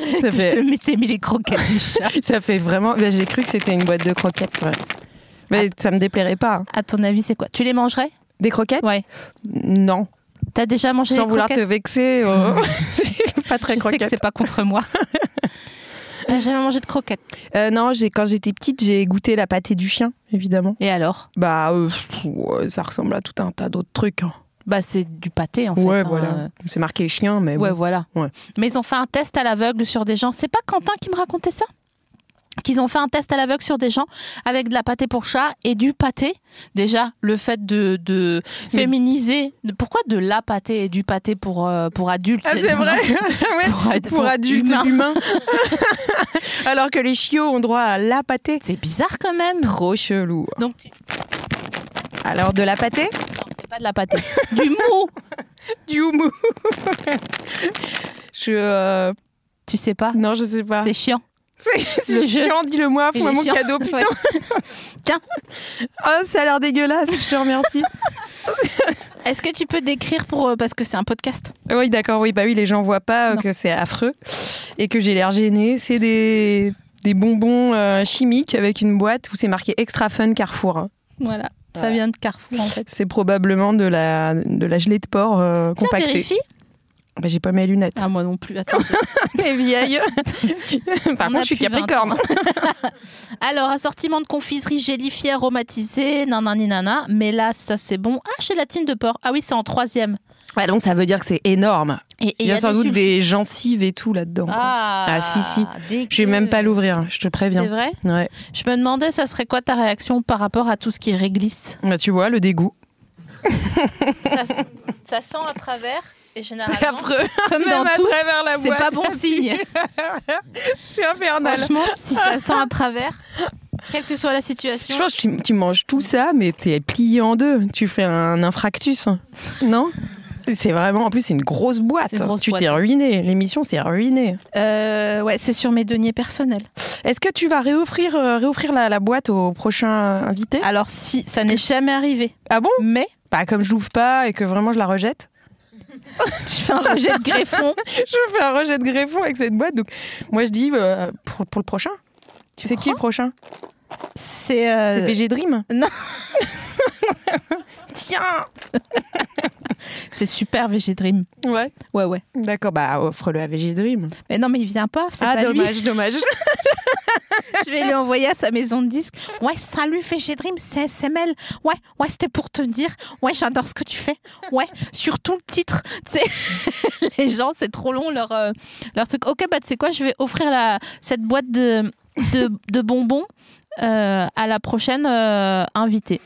S1: *laughs* Ça fait- je t'ai mis les croquettes du chat.
S16: ça fait vraiment. bah, J'ai cru que c'était une boîte de croquettes. ouais. *laughs* Mais ça me déplairait pas.
S1: À ton avis, c'est quoi Tu les mangerais
S16: Des croquettes
S1: Ouais.
S16: Non.
S1: T'as déjà mangé
S16: Sans
S1: des
S16: vouloir te
S1: croquettes
S16: vexer. euh, j'ai pas très
S1: Je sais
S16: croquettes.
S1: que c'est *laughs* pas contre moi. *laughs* T'as jamais mangé de croquettes
S16: Euh, non, j'ai quand j'étais petite, j'ai goûté la pâtée du chien, évidemment.
S1: Et alors
S16: Bah, euh, pff, ouais, ça ressemble à tout un tas d'autres trucs. hein.
S1: Bah, c'est du pâté en fait.
S16: ouais,
S1: hein.
S16: voilà. C'est marqué chien, mais
S1: Ouais,
S16: bon.
S1: voilà.
S16: Ouais.
S1: Mais ils ont fait un test à l'aveugle sur des gens. C'est pas Quentin qui me racontait ça Qu'ils ont fait un test à l'aveugle sur des gens avec de la pâté pour chat et du pâté. Déjà, le fait de, de féminiser. de- Pourquoi de la pâté et du pâté pour, euh, pour adultes
S16: Ah,
S1: *laughs*
S16: c'est vrai *laughs*
S1: Pour, ad-
S16: Pour, adultes
S1: humains. *laughs*
S16: humains. Alors que les chiots ont droit à la pâtée.
S1: C'est bizarre quand même.
S16: Trop chelou.
S1: Donc
S16: Alors de la pâtée
S1: C'est pas de la pâté. du mou.
S15: *laughs*
S1: *laughs*
S16: du mou. je.
S1: Tu sais pas euh,
S16: Non, je sais pas.
S1: C'est chiant. *laughs*
S15: C'est
S17: Le
S15: c'est
S17: jeu.
S15: chiant, dis-le-moi,
S17: Il est
S15: fais-moi mon
S17: chiant.
S15: cadeau, putain. *laughs* Tiens. Oh, ça a l'air dégueulasse, je te remercie.
S1: *laughs* Est-ce que tu peux décrire pour. euh, Parce que c'est un podcast.
S15: Oui, d'accord, oui, bah oui, les gens voient pas euh,
S1: Non.
S15: que c'est affreux et que j'ai l'air gênée. C'est des, des bonbons euh, chimiques avec une boîte où c'est marqué Extra Fun Carrefour.
S18: Voilà, ça
S15: Voilà.
S18: vient de Carrefour en fait.
S15: C'est probablement de la, de la gelée de porc euh, compactée.
S18: vérifie.
S15: Bah, j'ai pas mes lunettes.
S1: Ah, moi non plus, attends.
S15: *laughs* Les vieilles. *laughs* Par
S1: On
S15: contre,
S1: a hein.
S15: je suis
S1: plus 20
S15: capricorne.
S1: ans. Alors, assortiment de confiserie gélifiée, aromatisée, nanani nana. Mais là, ça c'est bon. Ah, gélatine de porc. Ah oui, c'est en troisième.
S15: Ouais, donc ça veut dire que c'est énorme.
S1: Et- et
S15: il y a, sans doute
S1: sulf-
S15: des gencives et tout là-dedans. quoi.
S1: Ah,
S15: si, si.
S1: dégueu.
S15: Je vais même pas l'ouvrir, hein, je te préviens.
S1: C'est vrai
S15: Ouais.
S1: Je me demandais, ça serait quoi ta réaction par rapport à tout ce qui réglisse
S15: Bah, tu vois, le dégoût.
S1: ça, ça sent à travers et
S15: *laughs*
S1: généralement.
S15: C'est affreux.
S1: Comme
S15: Même
S1: dans
S15: à
S1: tout,
S15: travers la
S1: c'est
S15: boîte.
S1: pas bon
S15: *laughs*
S1: signe.
S15: c'est infernal.
S1: Franchement, si
S15: *laughs*
S1: ça sent à travers, quelle que soit la situation.
S15: Je pense que tu, tu manges tout ça, mais t'es plié en deux. Tu fais un
S1: *laughs*
S15: infractus, hein. non C'est vraiment, en plus, c'est une grosse boîte.
S1: C'est une grosse
S15: tu
S1: boîte.
S15: t'es ruiné. L'émission s'est ruinée.
S1: Euh, ouais, c'est sur mes deniers personnels.
S15: Est-ce que tu vas réoffrir, euh, réoffrir la, la boîte au prochain invité
S1: Alors, si, ça n'est jamais arrivé.
S15: Ah bon
S1: Mais
S15: Bah, comme je l'ouvre pas et que vraiment je la rejette.
S1: *laughs* tu fais un rejet de greffon.
S15: *laughs* je fais un rejet de greffon avec cette boîte. Donc, moi, je dis euh, pour, pour le prochain. C'est qui le prochain
S1: C'est. euh,
S15: C'est PG Dream *laughs*
S1: Non.
S15: Tiens
S1: C'est super VG Dream.
S15: Ouais.
S1: Ouais, ouais.
S15: D'accord, bah offre-le à VG Dream.
S1: Mais non, mais il vient pas. C'est
S15: Ah,
S1: pas lui.
S15: dommage,
S1: *laughs*
S15: dommage. *laughs*
S1: Je vais lui envoyer à sa maison de disques. Ouais, salut VG Dream, c'est SML. Ouais, ouais, c'était pour te dire. Ouais, j'adore ce que tu fais. Ouais, surtout le titre. *laughs* Tu sais, les gens, c'est trop long leur, euh, leur truc. Ok, bah, tu sais quoi, je vais offrir la, cette boîte de, de, de bonbons euh, à la prochaine euh, invitée.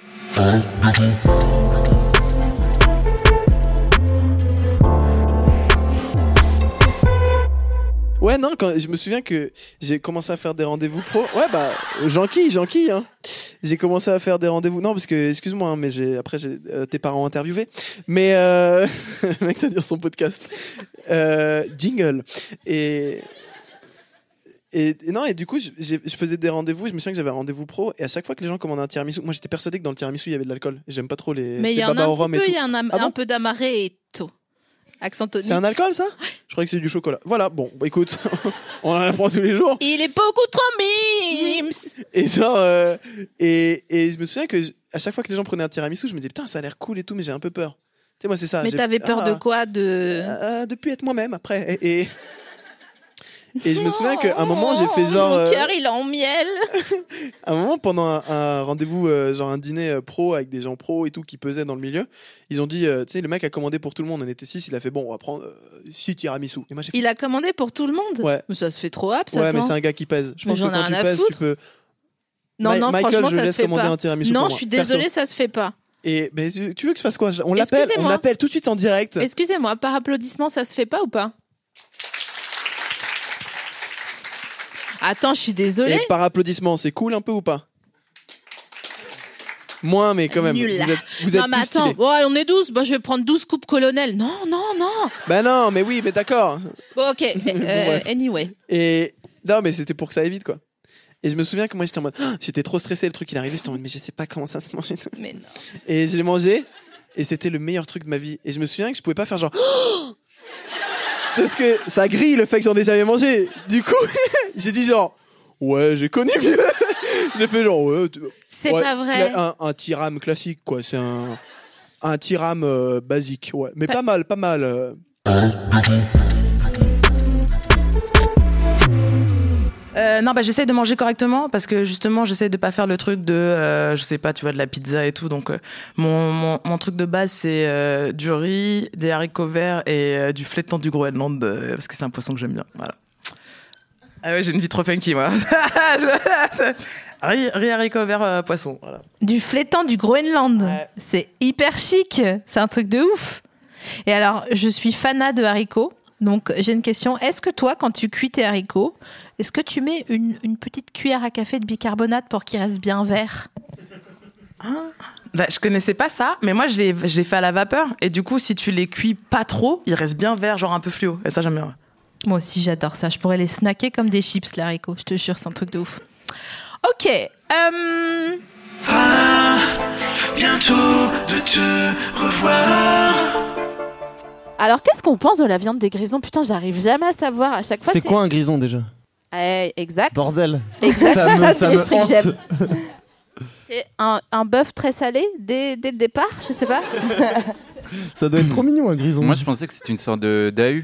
S9: Ouais, non, quand, je me souviens que j'ai commencé à faire des rendez-vous pro. Ouais, bah, j'enquille, j'enquille, hein. J'ai commencé à faire des rendez-vous. Non, parce que, excuse-moi, hein, mais j'ai, après, j'ai euh, tes parents interviewés. Mais, euh, *laughs* le mec, ça dure son podcast. Euh, jingle. Et. Et, et non, et du coup, je, j'ai- je faisais des rendez-vous, je me souviens que j'avais un rendez-vous pro, et à chaque fois que les gens commandaient un tiramisu, moi j'étais persuadé que dans le tiramisu il y avait de l'alcool. J'aime pas trop les.
S1: Mais
S9: les
S1: il y en a
S9: babas au
S1: un
S9: rhum et
S1: petit peu,
S9: tout.
S1: il y a un, am-
S9: Ah bon
S1: un peu d'amaretto. Accent tonique.
S9: C'est un alcool ça Je croyais que c'est du chocolat. Voilà, bon, bah, écoute, *laughs* on en apprend tous les jours.
S1: Il est beaucoup trop mimes
S9: Et genre, euh, et, et je me souviens que je- à chaque fois que les gens prenaient un tiramisu, je me disais putain, ça a l'air cool et tout, mais j'ai un peu peur. Tu sais, moi, c'est ça.
S1: Mais
S9: j'ai-
S1: t'avais peur
S9: Ah,
S1: de quoi De
S9: euh, euh, De plus être moi-même après.
S1: *laughs*
S9: Et, et, et je me souviens qu'à un moment, j'ai fait genre.
S1: Mon
S9: euh,
S1: cœur, il est en miel.
S9: à un moment, pendant un, un rendez-vous, euh, genre un dîner euh, pro avec des gens pro et tout qui pesaient dans le milieu, ils ont dit, euh, tu sais, le mec a commandé pour tout le monde, on était 6, il a fait bon, on va prendre 6 tiramisu. Et moi, j'ai fait,
S1: Il a commandé pour tout le monde.
S9: Ouais.
S1: Mais ça se fait trop hop, ça.
S9: ouais, mais
S1: attends.
S9: c'est un gars qui pèse. Je
S1: Mais
S9: pense que
S1: j'en ai
S9: quand tu
S1: rien à
S9: pèses, tu
S1: foutre.
S9: peux.
S1: Non,
S9: Mi-
S1: non,
S9: Michael,
S1: franchement,
S9: je
S1: ça se
S9: laisse
S1: fait
S9: commander
S1: pas.
S9: un tiramisu
S1: non,
S9: pour
S1: je
S9: moi,
S1: suis
S9: perso.
S1: désolée, ça se fait pas.
S9: Et mais tu tu veux que je fasse quoi On l'appelle, on
S1: Excusez-moi.
S9: l'appelle tout de suite en direct.
S1: Excusez-moi, par applaudissement, ça se fait pas ou pas Attends, je suis désolée.
S9: Et par applaudissement, c'est cool un peu ou pas Moins, mais quand même.
S1: Nul.
S9: Vous êtes, vous êtes
S1: non, mais
S9: plus
S1: attends,
S9: stylés.
S1: ouais, on est 12. Bah, je vais prendre 12 coupes colonel. Non, non, non.
S9: Bah non, mais oui, mais d'accord.
S1: Bon,
S9: *laughs*
S1: ok. mais, euh,
S9: bref.
S1: anyway.
S9: Et non, mais c'était pour que ça aille vite, quoi. Et je me souviens que moi j'étais en mode, *gasps* Ah, j'étais trop stressé, le truc il est arrivé, j'étais en mode, mais je sais pas comment ça se mange. et tout.
S1: Mais non.
S9: Et je l'ai mangé, et c'était le meilleur truc de ma vie. Et je me souviens que je pouvais pas faire genre, *gasps* Oh parce que ça grille le fait que j'en ai jamais mangé. Du coup, *laughs* j'ai dit genre, ouais, j'ai connu mieux. *laughs* j'ai fait genre, ouais, tu-
S1: C'est
S9: ouais,
S1: pas vrai.
S9: cla- Un, un tiram classique, quoi. C'est un, un tiram euh, basique, ouais. Mais pas mal, pas mal. euh.
S19: Euh, non, bah, j'essaie de manger correctement parce que justement, j'essaie de pas faire le truc de, euh, je sais pas, tu vois, de la pizza et tout. Donc, euh, mon, mon, mon truc de base, c'est euh, du riz, des haricots verts et euh, du flétan du Groenland euh, parce que c'est un poisson que j'aime bien. Voilà. Ah ouais, j'ai une vie trop funky, moi. *laughs* Je- *laughs* riz, riz, haricots verts, euh, poisson. Voilà.
S1: Du flétan du Groenland. C'est hyper chic. C'est un truc de ouf. Et alors, je suis fanat de haricots. Donc, j'ai une question. Est-ce que toi, quand tu cuis tes haricots, est-ce que tu mets une, une petite cuillère à café de bicarbonate pour qu'ils restent bien verts
S19: Bah, je connaissais pas ça, mais moi, je l'ai je l'ai fait à la vapeur. Et du coup, si tu les cuis pas trop, ils restent bien verts, genre un peu fluo. Et ça, j'aime bien.
S20: Moi aussi, j'adore ça. Je pourrais les snacker comme des chips, l'haricot. Je te jure, c'est un truc de ouf. Ok. euh,
S7: Bientôt de te revoir.
S1: Alors, qu'est-ce qu'on pense de la viande des grisons Putain, j'arrive jamais à savoir à chaque fois.
S14: C'est quoi un grison déjà
S1: Eh, Exact.
S14: Bordel
S1: Exact,
S14: Ça me-
S1: ça,
S14: ça
S1: c'est
S14: me
S1: l'esprit que
S14: hante.
S1: j'aime. *laughs* C'est un, un bœuf très salé dès, dès le départ, je sais *laughs* pas.
S14: Ça doit être *laughs* trop mignon un grison.
S21: Moi, je pensais que c'était une sorte de d'AU.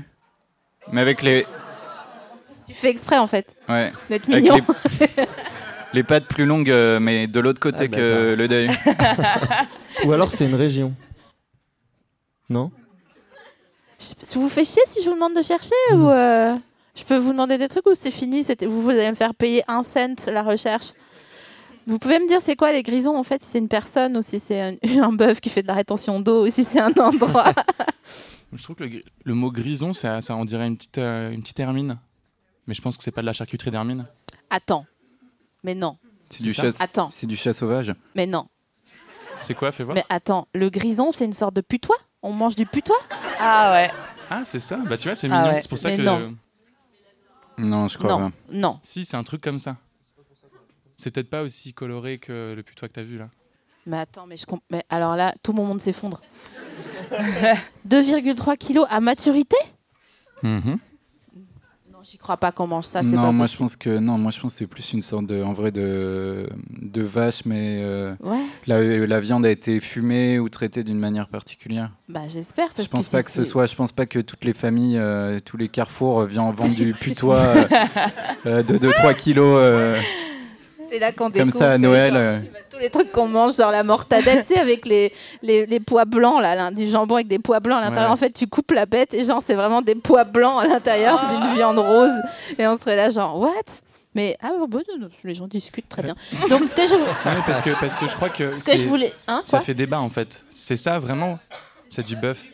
S21: Mais avec les.
S1: tu fais exprès en fait.
S21: Ouais.
S1: D'être
S21: Avec
S1: mignon.
S21: les... les pattes plus longues, euh, mais de l'autre côté
S14: Ah, bah,
S21: que
S1: *laughs*
S21: le DAU.
S14: Ou alors c'est une région. Non
S1: Ça *laughs* vous fait chier si je vous demande de chercher ou euh, je peux vous demander des trucs ou c'est fini c'était- vous, vous allez me faire payer un cent la recherche Vous pouvez me dire c'est quoi les grisons en fait Si c'est une personne ou si c'est un, *laughs* un bœuf qui fait de la rétention d'eau ou si c'est un *laughs* endroit
S22: Je trouve que le, gri- le mot grison, ça, ça en dirait une petite, euh, une petite hermine. Mais je pense que c'est pas de la charcuterie d'hermine.
S1: Attends. Mais non.
S21: C'est du,
S1: ça
S21: chat...
S1: Attends.
S21: c'est du chat sauvage.
S1: Mais non.
S22: C'est quoi Fais voir.
S1: Mais attends, le grison c'est une sorte de putois On mange du putois
S23: Ah ouais.
S22: Ah, c'est ça Bah, tu vois, c'est
S1: Ah
S22: mignon.
S1: ouais.
S22: C'est pour ça
S1: Mais
S22: que.
S1: non.
S21: Non, je crois
S1: Non.
S21: pas.
S1: Non.
S22: Si, c'est un truc comme ça. C'est peut-être pas aussi coloré que le putois que t'as vu là.
S1: Mais attends, mais je comp- mais alors là, tout mon monde s'effondre. 2,3 kilos à maturité
S21: Mhm.
S1: Non, j'y crois pas qu'on mange ça, Ah, c'est
S21: non,
S1: pas
S21: moi
S1: possible.
S21: je pense que non, moi je pense que c'est plus une sorte de, en vrai de, de vache, mais euh,
S1: Ouais.
S21: la, la viande a été fumée ou traitée d'une manière particulière.
S1: Bah j'espère parce
S21: Je pense
S1: que
S21: pas
S1: si
S21: que ce
S1: c'est-
S21: soit, je pense pas que toutes les familles, euh, tous les carrefours euh, viennent vendre
S1: *laughs*
S21: du putois euh, euh, de 2-3 kilos. euh,
S1: C'est là qu'on
S21: Comme
S1: découvre
S21: ça, à
S1: que,
S21: Noël,
S1: genre,
S21: euh.
S1: tu vois, tous les trucs qu'on mange, genre la mortadelle, tu sais, avec les, les, les pois blancs, là, là, du jambon avec des pois blancs à l'intérieur.
S21: Ouais.
S1: En fait, tu coupes la bête et genre, c'est vraiment des pois blancs à l'intérieur d'une viande rose. Et on serait là, genre, what Mais ah, bon, bon, non, non, les gens discutent très
S22: *laughs*
S1: bien. Donc, ce que je.
S21: Ah.
S22: Non, mais parce que parce que je crois que.
S1: Ce que je
S22: c'est-
S1: voulais- hein,
S22: Ça
S1: quoi
S22: fait débat en fait. C'est ça vraiment C'est du bœuf.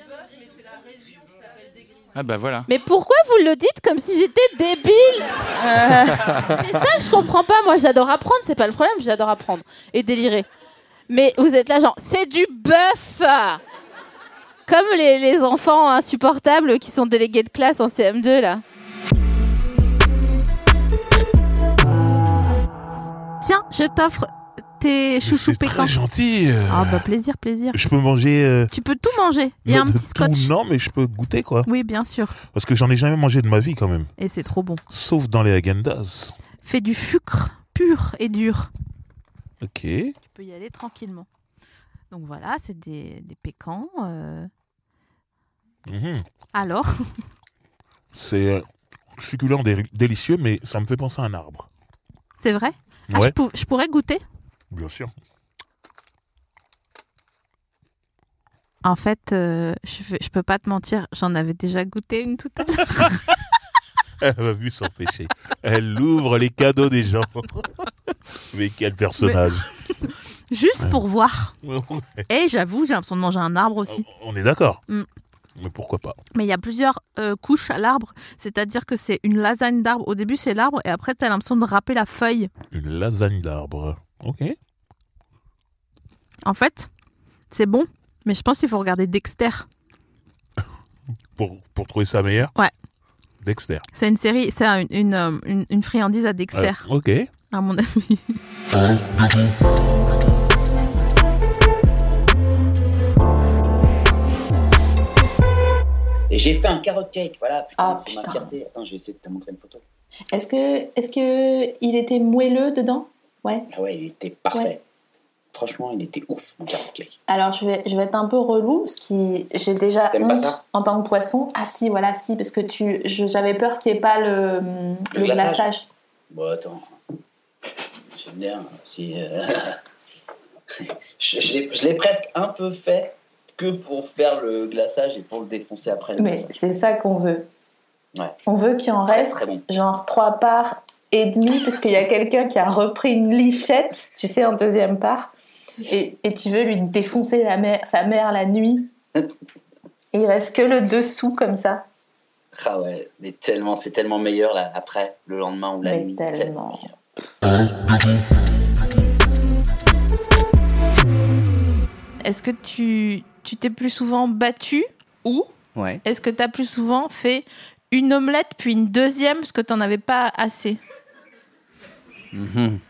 S22: Ah bah voilà.
S1: Mais pourquoi vous le dites comme si j'étais débile Euh, C'est ça que je comprends pas. Moi, j'adore apprendre, c'est pas le problème, j'adore apprendre et délirer. Mais vous êtes là, genre, c'est du bœuf Comme les, les enfants insupportables qui sont délégués de classe en CM2, là. Tiens, je t'offre tes chouchous pétants.
S24: Très gentil. euh,
S1: Ah, bah, plaisir, plaisir.
S24: Je peux manger. euh,
S1: Tu peux tout manger. Il y a un
S24: non,
S1: petit
S24: tout,
S1: scotch.
S24: Non, mais je peux goûter quoi.
S1: Oui, bien sûr.
S24: Parce que j'en ai jamais mangé de ma vie quand même.
S1: Et c'est trop bon.
S24: Sauf dans les agendas.
S1: Fais du sucre pur et dur.
S24: Ok.
S1: tu peux y aller tranquillement. Donc voilà, c'est des, des pécans. euh.
S24: Mhm.
S1: Alors *laughs*
S24: C'est euh, succulent, dé- délicieux, mais ça me fait penser à un arbre.
S1: C'est vrai Ah,
S24: Ouais.
S1: je, pou- je pourrais goûter
S24: Bien sûr. *laughs*
S1: En fait, euh, je, vais- je peux pas te mentir, j'en avais déjà goûté une tout à l'heure. *laughs*
S24: Elle m'a vu s'empêcher. Elle ouvre les cadeaux des gens. *laughs* mais quel personnage.
S1: Juste pour voir.
S24: Ouais. Oh,
S1: Et j'avoue, j'ai l'impression de manger un arbre aussi.
S24: On est d'accord.
S1: Mm.
S24: Mais pourquoi pas
S1: Mais il y a plusieurs euh, couches à l'arbre. C'est-à-dire que c'est une lasagne d'arbre. Au début, c'est l'arbre et après, tu as l'impression de râper la feuille.
S24: Une lasagne d'arbre. Ok.
S1: En fait, c'est bon. Mais je pense qu'il faut regarder Dexter.
S24: Pour, pour trouver ça meilleur,
S1: Ouais.
S24: Dexter.
S1: C'est une série, c'est un- une, euh, une- une friandise à Dexter.
S24: Ah, ok.
S1: À mon avis. *laughs*
S25: Et j'ai fait un carrot cake, voilà, putain,
S26: Ah,
S25: c'est
S26: putain.
S25: ma fierté. Attends, je vais essayer de te montrer une photo.
S26: Est-ce que, est-ce que il était moelleux dedans Ouais.
S25: Ah ouais, il était parfait.
S26: Ouais.
S25: Franchement, il était ouf, mon carrot cake.
S26: Alors je vais, je vais être un peu relou, parce que j'ai déjà
S25: T'aimes pas
S26: honte
S25: ça
S26: en tant que poisson. Ah si, voilà, si, parce que tu, je- j'avais peur qu'il n'y ait pas le, le glaçage.
S25: Bon, attends. J'aime bien. Si, euh, *laughs* je je l'ai je l'ai presque un peu fait que pour faire le glaçage et pour le défoncer après le
S26: Mais
S25: glaçage.
S26: c'est ça qu'on veut.
S25: Ouais.
S26: On veut qu'il en
S25: Très,
S26: reste
S25: très bon.
S26: genre trois parts et demie, parce qu'il y a quelqu'un qui a repris une lichette, tu sais, en deuxième part, et, et tu veux lui défoncer la mère, sa mère la nuit. Et il reste que le dessous comme ça.
S25: Ah ouais, mais tellement, c'est tellement meilleur là, après, le lendemain ou la
S26: Mais
S25: nuit.
S26: tellement.
S25: meilleur.
S1: Est-ce que tu tu t'es plus souvent battu ou
S27: Ouais.
S1: est-ce que tu as plus souvent fait une omelette, puis une deuxième, parce que t'en avais pas assez.
S28: Mhm.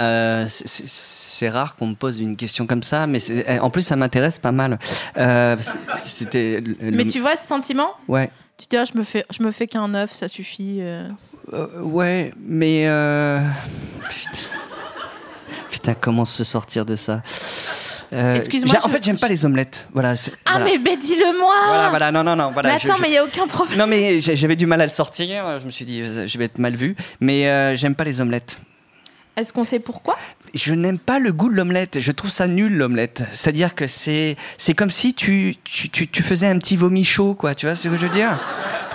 S28: Euh, c'est- c'est c'est rare qu'on me pose une question comme ça, mais c'est- eh, en plus ça m'intéresse pas mal. Euh, C'était. le-
S1: Mais
S28: le-
S1: tu vois ce sentiment
S28: Ouais.
S1: Tu te dis, Ah, je me fais, je me fais qu'un œuf, ça suffit. euh.
S28: Euh, ouais, mais. euh, Putain. Putain, comment se sortir de ça Euh,
S1: Excuse-moi,
S28: j'ai- En
S1: je-
S28: fait, j'aime pas les omelettes. Voilà. c'est-
S1: Ah,
S28: voilà.
S1: mais, mais dis-le moi
S28: Voilà, voilà, non, non, non. Voilà,
S1: Mais
S28: je-
S1: attends,
S28: je-
S1: mais il n'y a aucun problème.
S28: Non, mais j'ai- j'avais du mal à le sortir. euh, Je me suis dit, je vais être mal vu. Mais euh, j'aime pas les omelettes.
S1: Est-ce qu'on sait pourquoi
S28: Je n'aime pas le goût de l'omelette. Je trouve ça nul l'omelette. C'est-à-dire que c'est c'est comme si tu, tu, tu, tu faisais un petit vomi chaud, quoi. Tu vois ce que je veux dire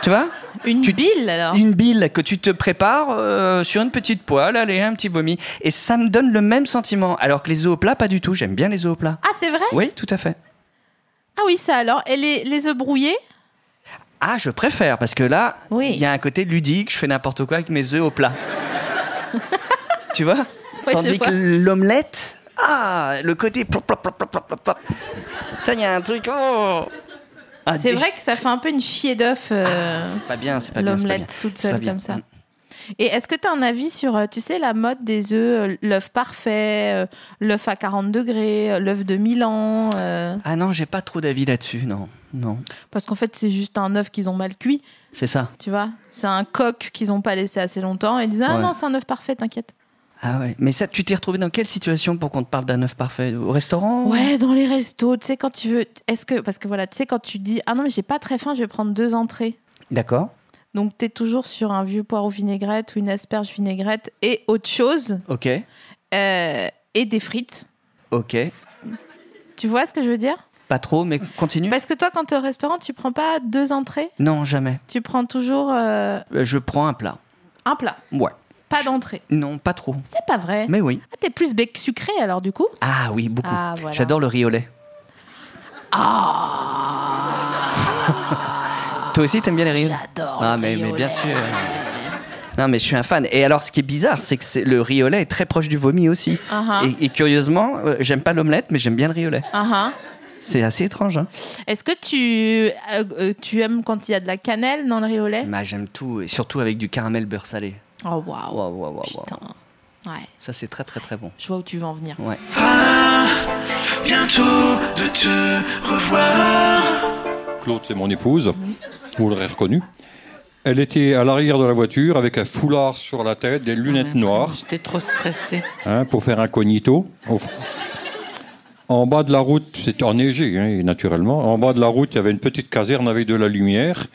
S28: Tu vois
S1: Une bile alors
S28: Une bile que tu te prépares euh, sur une petite poêle, allez, un petit vomi. Et ça me donne le même sentiment. Alors que les œufs au plat, pas du tout. J'aime bien les œufs au plat.
S1: Ah, c'est vrai
S28: Oui, tout à fait.
S1: Ah oui, ça alors. Et les, les œufs brouillés
S28: Ah, je préfère parce que là, il y a un côté ludique. Je fais n'importe quoi avec mes œufs au
S1: *laughs*
S28: plat. tu vois
S1: je
S28: Tandis
S1: vois.
S28: que l'omelette, ah, le côté plop, plop, plop, plop, plop, plop, plop. Putain, il y a un truc. oh. Ah,
S1: C'est
S28: dé-
S1: vrai que ça fait un peu une chier d'œuf. euh,
S28: C'est pas bien, c'est pas bien. c'est pas
S1: L'omelette
S28: bien.
S1: toute
S28: C'est pas
S1: seule
S28: bien. Mm.
S1: comme ça. Et est-ce que tu as un avis sur, euh, tu sais, la mode des œufs, euh, l'œuf parfait, euh, l'œuf à 40 degrés, euh, l'œuf de Milan euh,
S28: Ah non, j'ai pas trop d'avis là-dessus, non, non.
S1: Parce qu'en fait, c'est juste un œuf qu'ils ont mal cuit,
S28: C'est ça.
S1: tu vois. C'est un coq qu'ils ont pas laissé assez longtemps et ils disent Ah
S28: Ouais.
S1: non, c'est un œuf parfait, t'inquiète.
S28: Ah ouais. Mais ça, tu t'es retrouvé dans quelle situation pour qu'on te parle d'un œuf parfait Au restaurant
S1: Ouais, dans les restos, tu sais, quand tu veux. Est-ce que. Parce que voilà, tu sais, quand tu dis Ah non, mais j'ai pas très faim, je vais prendre deux entrées.
S28: D'accord.
S1: Donc, t'es toujours sur un vieux poireau vinaigrette ou une asperge vinaigrette et autre chose
S28: Ok,
S1: euh, et des frites.
S28: ok.
S1: Tu vois ce que je veux dire
S28: Pas trop, mais continue.
S1: Parce que toi, quand t'es au restaurant, tu prends pas deux entrées,
S28: Non, jamais.
S1: tu prends toujours euh,
S28: Euh, Je prends un plat.
S1: un plat,
S28: Ouais.
S1: pas d'entrée.
S28: Non, pas trop.
S1: C'est pas vrai.
S28: Mais oui.
S1: Ah, t'es plus bec sucré alors du coup
S28: Ah oui, beaucoup.
S1: Ah, voilà.
S28: J'adore le riz au lait.
S1: Ah.
S28: *laughs* Toi aussi, t'aimes bien les riz J'adore. Ah, mais, mais bien sûr. Non, mais je suis un fan. Et alors, ce qui est bizarre, c'est que c'est- le riz au lait est très proche du vomi aussi.
S1: Uh-huh.
S28: Ah. et, et curieusement, euh, j'aime pas l'omelette, mais j'aime bien le riz au lait.
S1: Ah, ah.
S28: C'est assez
S1: *laughs*
S28: étrange. Hein.
S1: Est-ce que tu, euh, euh, tu aimes quand il y a de la cannelle dans le riz au lait
S28: Bah, j'aime tout, et surtout avec du caramel beurre salé.
S1: Oh waouh.
S28: Waouh, waouh, waouh,
S1: Putain.
S28: waouh.
S1: Ouais,
S28: Ça, c'est très, très, très bon.
S1: je vois où tu veux en venir.
S28: Ouais.
S29: Bientôt de te revoir.
S30: Claude, c'est mon épouse, vous l'aurez reconnue. Elle était à l'arrière de la voiture avec un foulard sur la tête, des lunettes noires,
S28: J'étais trop stressé.
S30: hein, pour faire incognito. Au- En bas de la route, c'était enneigé, hein, naturellement. En bas de la route, il y avait une petite caserne avec de la lumière.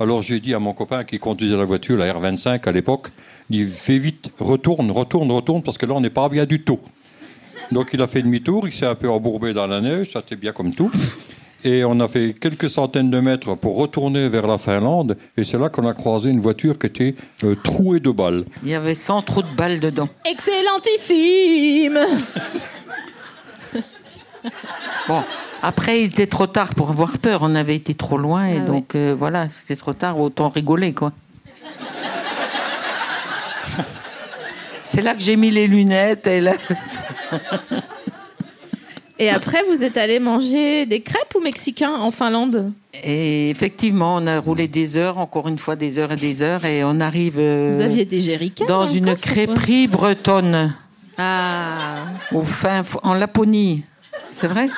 S30: Alors j'ai dit à mon copain qui conduisait la voiture, la R25 à l'époque, il dit, fais vite, retourne, retourne, retourne, parce que là, on n'est pas bien du tout. Donc il a fait demi-tour, il s'est un peu embourbé dans la neige, ça c'était bien comme tout. Et on a fait quelques centaines de mètres pour retourner vers la Finlande, et c'est là qu'on a croisé une voiture qui était euh, trouée de balles.
S10: Il y avait 100 trous de balles dedans.
S31: Excellentissime
S10: Bon, après, il était trop tard pour avoir peur. On avait été trop loin
S1: Ah
S10: et donc euh, voilà, c'était trop tard. Autant
S1: *laughs*
S10: rigoler, quoi. C'est là que j'ai mis les lunettes et là. *laughs*
S1: Et après, vous êtes allé manger des crêpes ou mexicains en Finlande
S10: Et effectivement, on a roulé des heures, encore une fois des heures et des heures, et on arrive. euh,
S1: Vous aviez des jerrycans
S10: Dans
S1: dans le
S10: une
S1: coffre ou quoi
S10: crêperie bretonne,
S1: Ah
S10: au fin, fo- en Laponie. C'est vrai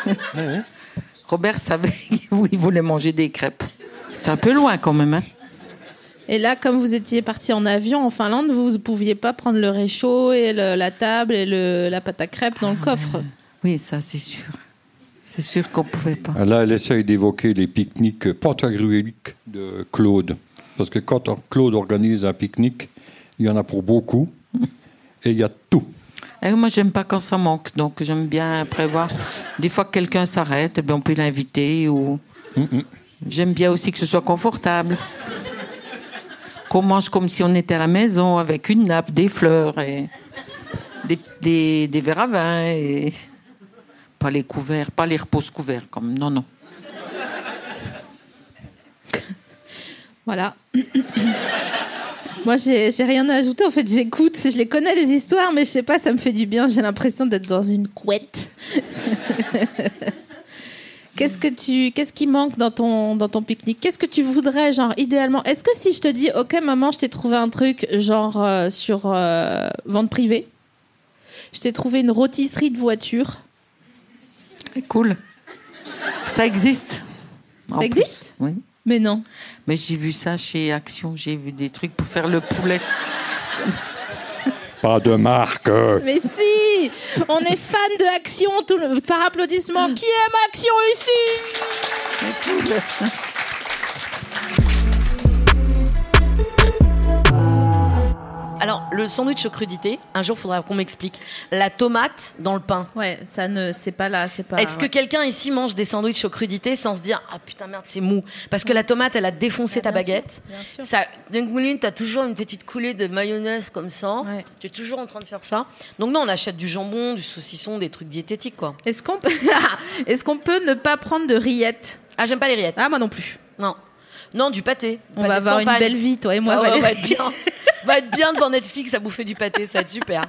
S10: Robert savait *laughs* où il voulait manger des crêpes. C'était un peu loin quand même. hein.
S1: Et là, comme vous étiez parti en avion en Finlande, vous ne pouviez pas prendre le réchaud et le- la table et le- la pâte à crêpes
S10: Ah,
S1: dans le coffre.
S10: Oui, ça c'est sûr. C'est sûr qu'on pouvait pas.
S30: Ah, Là, elle essaye d'évoquer les pique-niques pantagruéliques de Claude. Parce que quand Claude organise un pique-nique, il y en a pour beaucoup, et il y a tout.
S10: Et Eh, moi, j'aime pas quand ça manque, donc j'aime bien prévoir. Des fois que quelqu'un s'arrête, eh ben, on peut l'inviter. ou J'aime bien aussi que ce soit confortable. Qu'on mange comme si on était à la maison, avec une nappe, des fleurs, et des, des, des verres à vin. Et... Pas les couverts, pas les reposes couverts, comme. Non, non.
S1: Voilà. Moi, j'ai j'ai rien à ajouter. En fait, j'écoute. Je les connais, les histoires, mais je sais pas, ça me fait du bien. J'ai l'impression d'être dans une couette. *laughs* Qu'est-ce que tu, qu'est-ce qui manque dans ton, dans ton pique-nique Qu'est-ce que tu voudrais, genre idéalement Est-ce que si je te dis, ok maman, je t'ai trouvé un truc, genre euh, sur euh, vente privée, je t'ai trouvé une rôtisserie de voiture.
S10: Cool. Ça existe.
S1: Ça existe
S10: Oui.
S1: Mais non.
S10: Mais j'ai vu ça chez Action, j'ai vu des trucs pour faire le poulet.
S30: Pas de marque.
S1: Mais si On est fan de Action, tout le, par applaudissement. Qui aime Action ici
S32: Alors, le sandwich aux crudités, un jour, faudra qu'on m'explique. La tomate dans le pain.
S1: Ouais, ça ne, c'est pas là, c'est pas.
S32: Est-ce que
S1: ouais.
S32: quelqu'un ici mange des sandwichs aux crudités sans se dire Ah putain, merde, c'est mou Parce que la tomate, elle a défoncé ta
S1: bien sûr,
S32: baguette.
S1: bien sûr.
S32: Ça, D'un coup, t'as toujours une petite coulée de mayonnaise comme ça. Tu es toujours en train de faire ça. Donc, non, on achète du jambon, du saucisson, des trucs diététiques, quoi.
S1: Est-ce qu'on peut, *laughs* est-ce qu'on peut ne pas prendre de rillettes
S32: Ah, j'aime pas les rillettes.
S1: Ah, moi non plus.
S32: Non. Non, du pâté.
S1: On
S32: Pâté
S1: va
S32: de
S1: avoir une
S32: campagne.
S1: belle vie, toi et moi,
S32: Ah ouais, on va
S1: Valérie.
S32: être bien. On va être bien devant Netflix à bouffer du pâté, ça va être
S1: *laughs*
S32: super.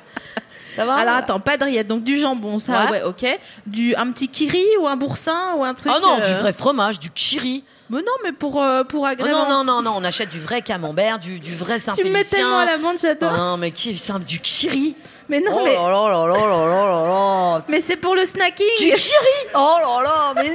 S32: Ça va
S1: Alors attends, pas de rillettes, donc du jambon, ça, ouais,
S32: Ouais.
S1: ok. Du, un petit kiri ou un boursin ou un truc.
S32: Oh non,
S1: euh,
S32: du vrai fromage, du kiri.
S1: Mais non, mais pour, euh, pour
S32: Oh
S1: agrémenter.
S32: non, non, non, non, on achète du vrai camembert, du, du vrai saint
S1: Tu me mets tellement à la vente, j'adore.
S32: Oh non, mais qui ça, du kiri
S1: Mais non,
S32: Oh
S1: mais.
S32: là là là là là là là.
S1: Mais c'est pour le snacking.
S32: Du kiri Oh là là, mais.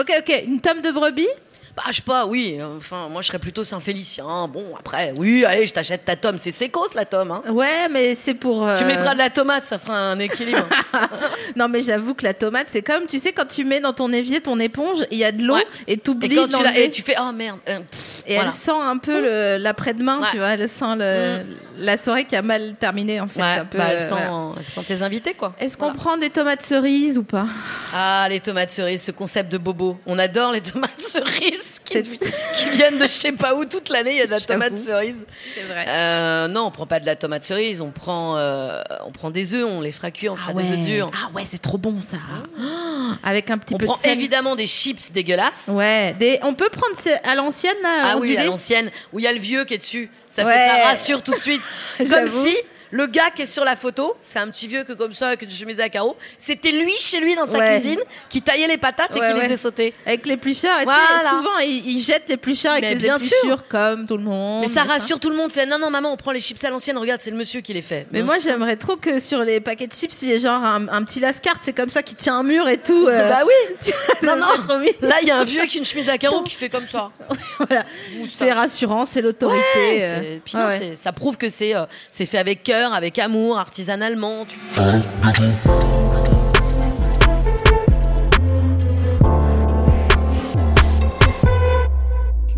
S1: ok, ok, une tome de brebis
S32: Bah, je sais pas, oui. Enfin, moi, je serais plutôt Saint-Félicien. Bon, après, oui, allez, je t'achète ta tome. C'est sécos, la tome. Hein.
S1: Ouais, mais c'est pour. euh,
S32: Tu mettras de la tomate, ça fera un
S1: *laughs*
S32: équilibre.
S1: Non, mais j'avoue que la tomate, c'est comme, tu sais, quand tu mets dans ton évier ton éponge, il y a de l'eau et
S32: et,
S1: t'oublies
S32: quand tu, la-
S1: d'enlever.
S32: et tu fais, oh merde. euh, pff,
S1: Et
S32: voilà.
S1: elle sent un peu le- l'après-demain, tu vois. Elle sent le- la soirée qui a mal terminé, en fait.
S32: Mm. Ouais,
S1: un peu,
S32: bah, elle,
S1: euh,
S32: sent,
S1: voilà.
S32: elle sent tes invités, quoi.
S1: Est-ce qu'on prend des tomates cerises ou pas
S32: Ah, les tomates cerises, ce concept de bobo. On adore les *laughs* tomates cerises qui, qui viennent de je sais pas où toute l'année, il y a de la tomate cerise.
S1: C'est vrai.
S32: Euh, non, on prend pas de la tomate cerise, on prend, euh, on prend des œufs, on les fracture, on fait des œufs durs.
S1: Ah ouais, c'est trop bon ça. Ah, Avec un petit
S32: on
S1: peu
S32: prend
S1: de sel.
S32: évidemment des chips dégueulasses.
S1: Ouais, des- on peut prendre ces- à l'ancienne là.
S32: Ah oui,
S1: ondulées
S32: à l'ancienne, où il y a le vieux qui est dessus. Ça, fait-
S1: Ouais.
S32: ça rassure tout de
S1: *laughs*
S32: suite. comme
S1: J'avoue.
S32: si le gars qui est sur la photo, c'est un petit vieux que comme ça, avec une chemise à carreaux, c'était lui chez lui dans sa
S1: Ouais.
S32: cuisine qui taillait les patates et
S1: Ouais,
S32: qui
S1: ouais.
S32: les faisait sauter.
S1: Avec les plus fiers. Et tu sais,
S32: Voilà.
S1: Souvent, ils, ils jettent les plus chers avec
S32: Mais
S1: les
S32: bien sûr.
S1: épluchures, comme tout le monde.
S32: Mais ça
S1: machin.
S32: rassure tout le monde. Fait non, non, maman, on prend les chips à l'ancienne. Regarde, c'est le monsieur qui les fait.
S1: Mais
S32: Bien
S1: moi,
S32: sûr.
S1: *laughs* j'aimerais trop que sur les paquets de chips, il y ait genre un, un petit lascarte, c'est comme ça, qui tient un mur et tout. euh.
S32: Bah
S1: *laughs*
S32: oui.
S1: non,
S32: Non, non.
S1: non.
S32: Là, il y a un
S1: *laughs*
S32: vieux avec une chemise à carreaux qui fait comme ça.
S1: C'est rassurant, c'est l'autorité.
S32: Ouais,
S1: euh.
S32: c'est- puis non,
S1: Ouais, ouais.
S32: c'est- ça prouve que c'est euh, c'est fait avec cœur, avec amour, artisanalement. tu-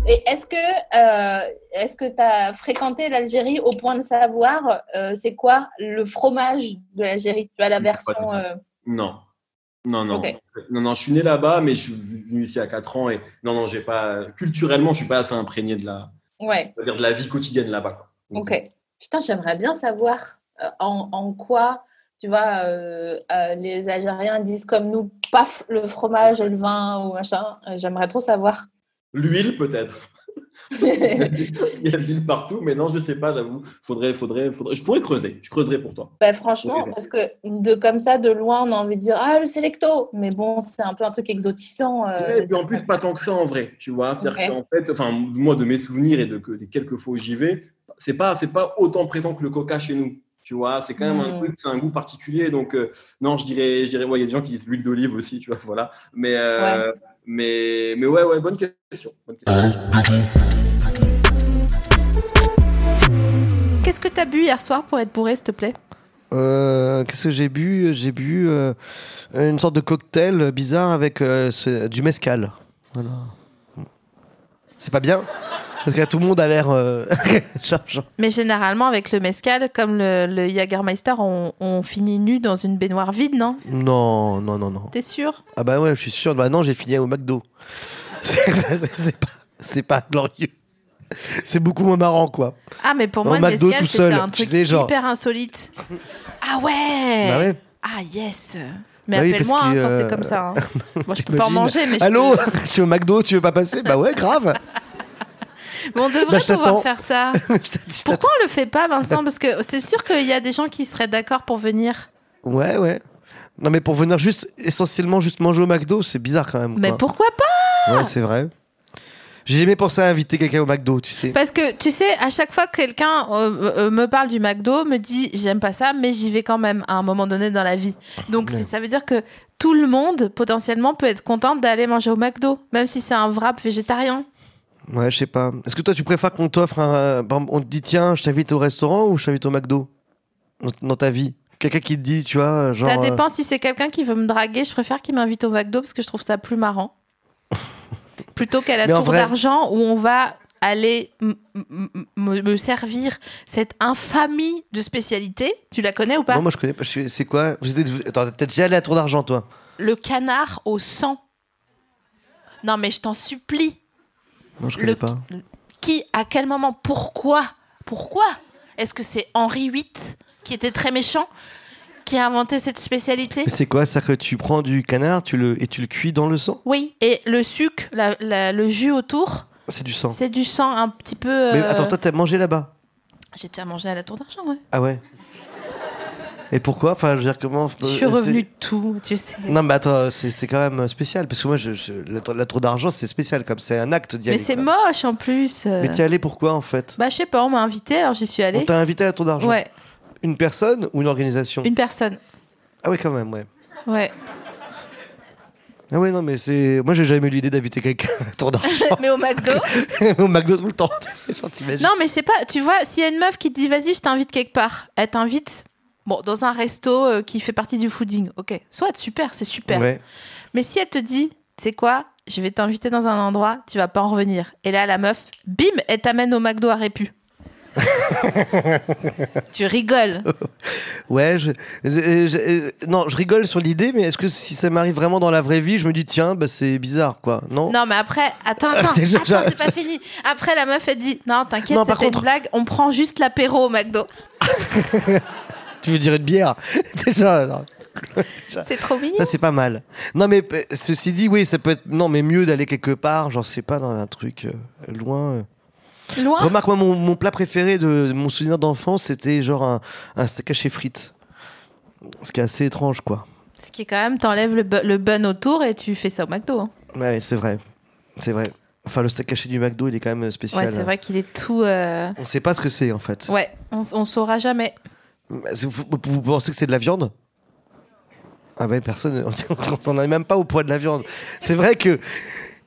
S2: Et est-ce que euh, est-ce que tu as fréquenté l'Algérie au point de savoir euh, c'est quoi le fromage de l'Algérie Tu as la version. euh,
S33: Non. Non, non.
S2: Ok.
S33: Non, non, je suis né là-bas, mais je suis venu ici à 4 ans. Et non, non, j'ai pas. Culturellement, je suis pas assez imprégné de la,
S2: euh, Ouais.
S33: on va dire de la vie quotidienne là-bas. quoi.
S2: Ok. Putain, j'aimerais bien savoir euh, en, en quoi, tu vois, euh, euh, les Algériens disent comme nous, paf, le fromage et le vin ou machin. Euh, J'aimerais
S33: *laughs*
S2: trop savoir.
S33: L'huile, peut-être. *laughs* Il y a de l'huile partout, mais non, je sais pas, j'avoue. Faudrait, faudrait, faudrait. Je pourrais creuser. Je creuserai pour toi.
S2: Bah, franchement,
S33: Ok.
S2: parce que de comme ça, de loin, on a envie de dire Ah, le Selecto Mais bon, c'est un peu un truc exotisant. euh,
S33: Ouais, bah. et puis en plus, pas tant que ça en vrai, tu vois. C'est-à-dire
S2: Ok.
S33: qu'en fait, enfin, moi, de mes souvenirs et de, que- des quelques fois où j'y vais, c'est pas, c'est pas autant présent que le coca chez nous, tu vois. C'est quand même
S2: Mm.
S33: un truc, c'est un goût particulier. Donc, euh, non, je dirais, je dirais, ouais, il y a des gens qui disent l'huile d'olive aussi, tu vois, voilà. Mais, euh, mais, mais ouais, ouais, bonne question. Bonne question.
S34: Qu'est-ce que t'as bu hier soir pour être bourré, s'il te plaît
S35: Euh, Qu'est-ce que j'ai bu J'ai bu euh, une sorte de cocktail bizarre avec euh, ce- du mezcal. Voilà. C'est pas bien Parce que là, tout le monde a l'air. euh, *laughs* genre- genre-
S34: Mais généralement, avec le mescal, comme le, le Jagermeister, on, on finit nu dans une baignoire vide, non
S35: Non, non, non, non.
S34: T'es sûr
S35: Ah bah ouais, je suis sûr. Bah non, j'ai fini au McDo. *laughs* C'est- c'est c'est pas, c'est pas glorieux. C'est beaucoup moins marrant, quoi.
S34: Ah, mais pour
S35: Au
S34: moi, le
S35: McDo
S34: mescal,
S35: tout
S34: c'était
S35: seul,
S34: un
S35: tu
S34: truc
S35: sais, genre-
S34: hyper
S35: *laughs*
S34: insolite. Ah ouais
S35: Bah ouais.
S34: Ah yes Mais
S35: Bah oui, parce
S34: appelle-moi hein,
S35: que,
S34: quand
S35: euh,
S34: c'est comme
S35: *laughs*
S34: ça. hein. Moi, je peux pas en
S35: t'imagines.
S34: manger, mais je
S35: Allô,
S34: peux-
S35: je suis au McDo, tu veux pas passer Bah ouais, grave.
S34: Mais on
S35: Bah,
S34: devrait
S35: je t'attends.
S34: pouvoir faire
S35: *laughs*
S34: ça. Pourquoi on le fait pas, Vincent Parce que c'est sûr qu'il y a des gens qui seraient d'accord pour venir.
S35: Ouais, ouais. Non, mais pour venir juste, essentiellement, juste manger au McDo, c'est bizarre quand même.
S1: Mais
S35: quoi.
S1: pourquoi pas
S35: Ouais, c'est vrai. J'ai jamais pensé à inviter quelqu'un au McDo, tu sais.
S1: Parce que tu sais, à chaque fois que quelqu'un euh, euh, me parle du McDo, me dit j'aime pas ça, mais j'y vais quand même à un moment donné dans la vie. Donc
S35: Ouais.
S1: c'est- ça veut dire que tout le monde potentiellement peut être content d'aller manger au McDo, même si c'est un wrap végétarien.
S35: Ouais, je sais pas. Est-ce que toi, tu préfères qu'on t'offre un. par exemple, On te dit, tiens, je t'invite au restaurant ou je t'invite au McDo Dans- Dans ta vie Quelqu'un qui te dit, tu vois, genre.
S1: ça dépend
S35: euh,
S1: si c'est quelqu'un qui veut me draguer, je préfère qu'il m'invite au McDo parce que je trouve ça plus
S35: *laughs*
S1: marrant. Plutôt qu'à la
S35: Mais en
S1: tour
S35: vrai-
S1: d'argent où on va aller m- m- m- me me servir cette infamie de spécialité. Tu la connais ou pas
S35: Non, moi, je connais pas. Je suis- C'est quoi Vous êtes- Attends, t'es déjà allé à Tour d'Argent, toi
S1: Le canard au sang. Non, mais je t'en supplie.
S35: Non, je
S1: Le-
S35: connais pas.
S1: Qui, à quel moment, pourquoi Pourquoi Est-ce que c'est Henri VIII, qui était très méchant, qui a inventé cette spécialité
S35: Mais c'est quoi ça que tu prends du canard tu le... et tu le cuis dans le sang
S1: Oui, et le sucre, la- la- le jus autour,
S35: C'est du sang.
S1: c'est du sang un petit peu. euh,
S35: Mais attends, toi, t'as mangé là-bas
S1: J'ai déjà mangé à la tour d'argent, ouais.
S35: Ah ouais Et pourquoi Enfin, je veux dire, comment
S1: Je suis revenue de tout, tu sais.
S35: Euh, Non, mais attends, c'est c'est quand même spécial. Parce que moi, je, je- la, la Tour d'Argent, c'est spécial, comme c'est un acte d'y
S1: Mais
S35: aller.
S1: c'est
S35: quoi.
S1: moche en plus. euh.
S35: Mais t'es allé pourquoi, en fait
S1: Bah, je sais pas, on m'a invité, alors j'y suis allée.
S35: On t'a invité à la Tour d'Argent
S1: Ouais,
S35: Une personne ou une organisation
S1: une personne.
S35: Ah ouais, quand même, ouais.
S1: Ouais.
S35: Ah ouais, non, mais c'est. Moi, j'ai jamais eu l'idée d'inviter quelqu'un à la Tour d'Argent.
S1: *laughs* mais au McDo
S35: *laughs* Au McDo tout le temps. *laughs* c'est genre, t'imagines.
S1: Non, mais c'est pas. Tu vois, s'il y a une meuf qui te dit vas-y, je t'invite quelque part, elle t'invite. Bon, dans un resto euh, qui fait partie du fooding, ok. Soit super, c'est super.
S35: Ouais.
S1: Mais si elle te dit, tu sais quoi, je vais t'inviter dans un endroit, tu vas pas en revenir. Et là, la meuf, bim, elle t'amène au McDo à
S35: *laughs*
S1: Répu. tu rigoles.
S35: Ouais, je, euh, je- euh, non, je rigole sur l'idée, mais est-ce que si ça m'arrive vraiment dans la vraie vie, je me dis tiens, bah, c'est bizarre, quoi, non
S1: Non, mais après, attends, attends,
S35: Oh. Ah, Déjà,
S1: attends,
S35: j'ai-
S1: c'est pas fini. Après, la meuf, elle dit, non, t'inquiète,
S35: Non,
S1: c'était
S35: par contre-
S1: une blague, on prend juste l'apéro au McDo.
S35: Tu veux dire une bière *laughs* Déjà, alors. Déjà.
S1: *laughs* C'est trop mignon.
S35: Ça, c'est pas mal. Non, mais euh, ceci dit, oui, ça peut être. Non, mais mieux d'aller quelque part, genre, c'est pas dans un truc euh, loin. euh.
S1: Loin
S35: Remarque, moi, mon, mon plat préféré de, de mon souvenir d'enfance, c'était genre un, un steak haché frites. Ce qui est assez étrange, quoi.
S1: Ce qui est quand même, t'enlèves le, bu- le bun autour et tu fais ça au McDo. hein.
S35: Ouais, c'est vrai. C'est vrai. Enfin, le steak haché du McDo, il est quand même euh, spécial. hein.
S1: Ouais, c'est vrai qu'il est tout. euh,
S35: On sait pas ce que c'est, en fait.
S1: Ouais, on, on saura jamais.
S35: Bah, c'est- Vous, vous pensez que c'est de la viande Ah ben personne, *laughs* on s'en est même pas au poids de la viande. C'est vrai que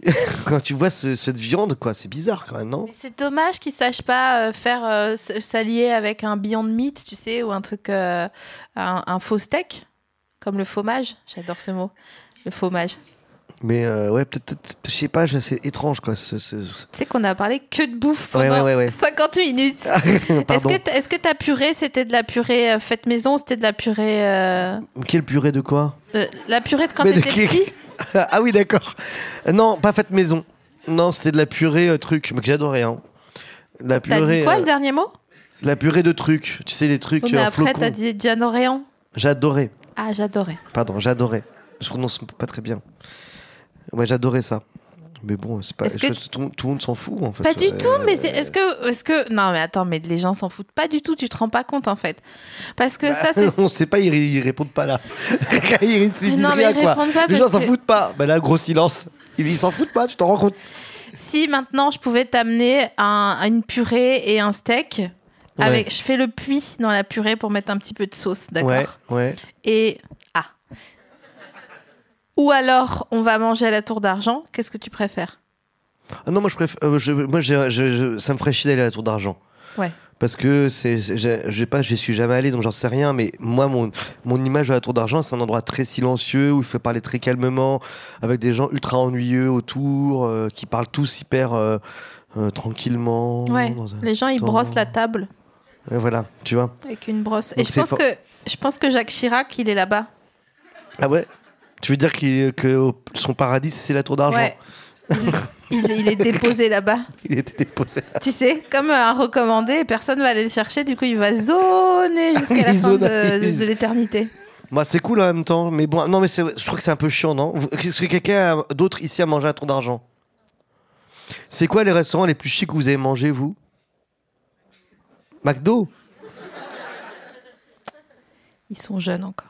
S35: *laughs* quand tu vois ce- cette viande, quoi, c'est bizarre quand même, non
S1: C'est dommage qu'ils sachent pas euh, faire euh, s- s'allier avec un Beyond Meat, tu sais, ou un truc, euh, un, un faux steak, comme le fromage. J'adore ce mot, le fromage.
S35: Mais euh, ouais, peut-être, peut-être- je sais pas, je- c'est étrange, quoi. ce- ce- ce-
S1: Tu sais qu'on a parlé que de bouffe
S35: Ouais,
S1: pendant
S35: ouais, ouais, ouais.
S1: 50
S35: *laughs*
S1: minutes. Est-ce
S35: Pardon.
S1: que, t- est-ce que ta purée, c'était de la purée euh, faite maison ou c'était de la purée. euh,
S35: Quelle purée de quoi
S1: euh, la purée de quand
S35: Mais de
S1: t'étais
S35: qui-
S1: petit
S35: *laughs* Ah oui, d'accord. Non, pas faite maison. Non, c'était de la purée euh, truc, mais que j'adorais. Hein. De La
S1: T'as
S35: purée,
S1: dit quoi
S35: euh,
S1: le dernier mot
S35: la purée de trucs, tu sais les trucs.
S1: Oui, Mais
S35: euh,
S1: après,
S35: flocons.
S1: t'as dit Diane Orient.
S35: J'adorais.
S1: Ah, j'adorais.
S35: Pardon, j'adorais. Je prononce pas très bien. Ouais, j'adorais ça. Mais bon, c'est pas.
S1: Est-ce que-
S35: je- tout, tout le monde s'en fout en fait.
S1: Pas du
S35: Euh,
S1: tout, mais c'est- est-ce que, est-ce que, non, mais attends, mais les gens s'en foutent pas du tout. Tu te rends pas compte en fait, parce que euh, ça, c'est
S35: *laughs* on sait pas, ils, ré- ils
S1: *laughs*
S35: répondent pas là. ils, ils disent
S1: non, mais
S35: rien
S1: ils
S35: quoi.
S1: répondent pas
S35: les gens
S1: parce
S35: s'en
S1: que-
S35: foutent pas. Bah là, gros silence. Ils ils s'en foutent pas, tu t'en rends compte. *laughs*
S1: si maintenant je pouvais t'amener un, une purée et un steak.
S35: Ouais.
S1: Avec, je fais le puits dans la purée pour mettre un petit peu de sauce, d'accord
S35: Ouais, ouais.
S1: Et ah. Ou alors, on va manger à la tour d'argent. Qu'est-ce que tu préfères
S35: Ah non, moi je préfère. euh, je- moi, j'ai- je- je- ça me ferait chier d'aller à la Tour d'Argent.
S1: Ouais.
S35: Parce que c'est, c'est- j'ai- je sais pas, j'y suis jamais allé, donc j'en sais rien. Mais moi, mon, mon image de la Tour d'Argent, c'est un endroit très silencieux où il faut parler très calmement, avec des gens ultra ennuyeux autour, euh, qui parlent tous hyper euh, euh, tranquillement.
S1: Ouais.
S35: dans un
S1: Les gens ils
S35: temps.
S1: brossent la table
S35: Ouais, voilà, tu vois.
S1: avec une brosse. et
S35: Donc
S1: je
S35: c'est
S1: pense
S35: for-
S1: que, je pense que Jacques Chirac, il est là-bas.
S35: Ah ouais. Tu veux dire qu'il- que au- son paradis, c'est la Tour d'Argent
S1: Ouais. Il, il est déposé là-bas.
S35: *laughs* Il était déposé.
S1: Tu sais, comme un recommandé, personne va aller le chercher, du coup il va zoner jusqu'à la
S35: *laughs* Il
S1: fin
S35: zone.
S1: de, de- de l'éternité.
S35: Bah, c'est cool en même temps, mais bon, non, mais c'est- je trouve que c'est un peu chiant, non Vous- Est-ce que quelqu'un a- d'autre ici a mangé à tour d'argent C'est quoi les restaurants les plus chics que vous avez mangé, vous McDo
S1: *laughs* Ils sont jeunes encore.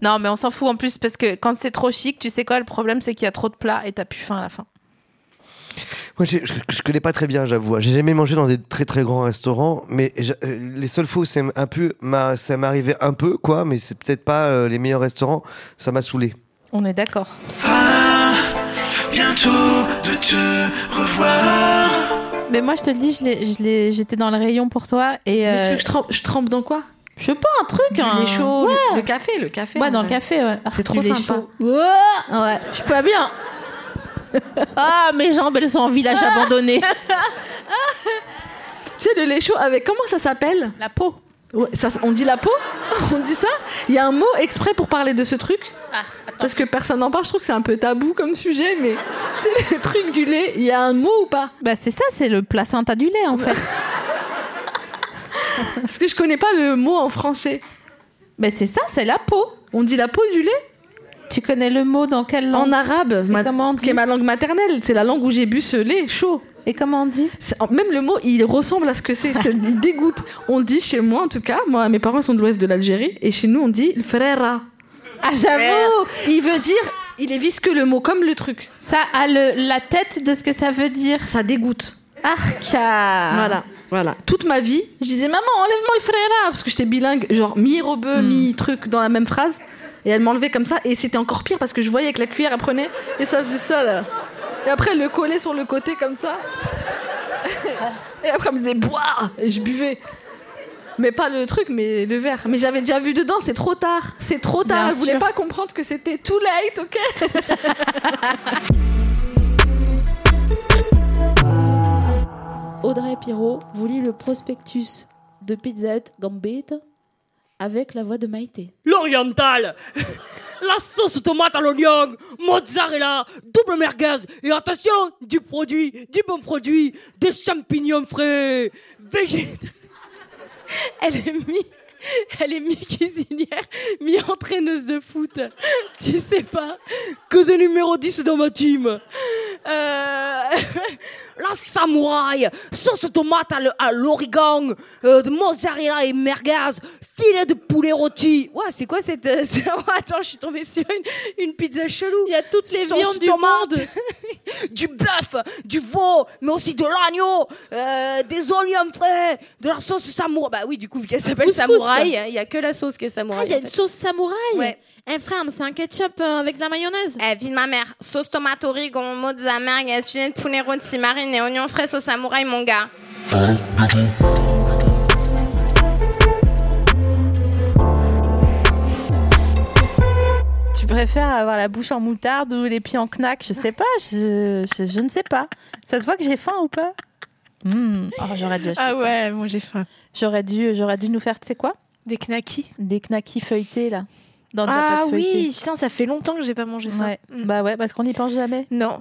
S15: Non, mais on s'en fout en plus parce que quand c'est trop chic, tu sais quoi, le problème c'est qu'il y a trop de plats et t'as plus faim à la fin.
S35: Moi, j'ai- je, je connais pas très bien, j'avoue. hein. J'ai jamais mangé dans des très très grands restaurants, mais j'a- euh, les seules fois où c'est un peu, m'a- ça m'est arrivé un peu, quoi, mais c'est peut-être pas euh, les meilleurs restaurants, ça m'a saoulé.
S15: On est d'accord.
S7: Bientôt de te revoir.
S1: Mais moi, je te le dis, je l'ai- je l'ai- j'étais dans le rayon pour toi et.
S2: Mais tu veux que je
S1: trempe, dans quoi Je sais pas, un truc.
S2: Du lait chaud,
S1: ouais.
S2: le, le café, le café.
S1: Ouais,
S2: en
S1: dans le
S2: vrai.
S1: café, ouais. Ah,
S2: C'est trop
S1: Du lait
S2: sympa.
S1: chaud. Ouah ouais, je suis pas
S2: *laughs*
S1: bien.
S2: Ah, mes jambes, elles sont en village
S1: *laughs*
S2: *laughs* abandonné. tu sais, le lait chaud avec. Comment ça s'appelle
S15: La peau.
S2: Ouais, ça, on dit la peau *laughs* On dit ça Il y a un mot exprès pour parler de ce truc
S15: Ah,
S2: Parce que personne n'en parle, je trouve que c'est un peu tabou comme sujet, mais. *laughs* Tu sais, le truc du lait, il y a un mot ou pas
S1: Bah,
S2: Bah,
S1: c'est ça, c'est le placenta du lait en fait.
S2: *laughs* Parce que je connais pas le mot en français.
S1: Mais c'est ça, c'est la peau.
S2: On dit la peau du lait
S1: Tu connais le mot dans quelle langue
S2: En arabe, ma- c'est ma langue maternelle, c'est la langue où j'ai bu ce lait chaud.
S1: Et comment on dit
S2: Même le mot, il ressemble à ce que c'est, c'est- il dégoûte. On dit chez moi, en tout cas, moi, mes parents ils sont de l'ouest de l'Algérie, et chez nous, on dit le frère. Ah,
S15: j'avoue
S2: Il veut dire, il est visqueux le mot, comme le truc.
S15: Ça a le, la tête de ce que ça veut dire.
S2: Ça dégoûte.
S15: Arca.
S2: Voilà, voilà. Toute ma vie, je disais maman, enlève-moi le frère hein, parce que j'étais bilingue, genre mi-robeux,
S15: Hmm.
S2: mi-truc dans la même phrase. Et elle m'enlevait comme ça, et c'était encore pire parce que je voyais que la cuillère elle prenait et ça faisait ça là. Et après elle le collait sur le côté comme ça. *laughs* et après elle me disait boire et je buvais. Mais pas le truc, mais le verre. Mais j'avais déjà vu dedans, c'est trop tard. C'est trop tard.
S15: Bien
S2: elle voulait
S15: sûr.
S2: pas comprendre que c'était too late, ok
S15: *laughs*
S36: Audrey Pirot vous lit le prospectus de Pizza Hut Gambit avec la voix de Maïté.
S11: L'oriental *laughs* La sauce tomate à l'oignon, mozzarella, double merguez et attention, du produit, du bon produit, des champignons frais, végétaux.
S16: Elle est mi, elle est mi cuisinière, mi entraîneuse de foot. Tu sais pas.
S11: Que des numéros 10 dans ma team Euh, La samouraï, sauce tomate à le- à l'origan, euh, de mozzarella et merguez, filet de poulet rôti. Ouais, c'est quoi cette... euh, *laughs* c'est- Attends, je suis tombée sur une, une pizza chelou. Il y a toutes
S16: les viandes du monde.
S11: du bœuf, du veau, mais aussi de l'agneau, euh, des oignons frais, de la sauce samouraï. Bah oui, du coup, vu qu'elle s'appelle
S16: Couscous,
S11: samouraï,
S16: quoi.
S11: il y a que la sauce qui est samouraï.
S16: Ah, il y a
S11: en
S16: une
S11: fait.
S16: sauce samouraï Eh frère, mais c'est un ketchup euh, avec de la mayonnaise
S37: Eh, vie de ma mère. Sauce tomate, origan, mozza, merguez, filet de poulet rôti, marine et oignons frais, sauce samouraï, mon gars.
S1: Tu préfères avoir la bouche en moutarde ou les pieds en knack Je sais pas, je, je- je ne sais pas. Ça se voit que j'ai faim ou pas Hmm, oh, j'aurais dû acheter
S16: Ah
S1: ça.
S16: ouais,
S1: moi j'ai faim. J'aurais dû, euh, j'aurais dû nous faire, tu sais quoi Des knackis. Des knackis feuilletés là. Dans de la
S16: Ah
S1: pâte feuilletée.
S16: oui, putain, ça fait longtemps que j'ai pas mangé ça. Mm.
S1: Ouais. Bah ouais, parce qu'on n'y pense jamais.
S16: Non.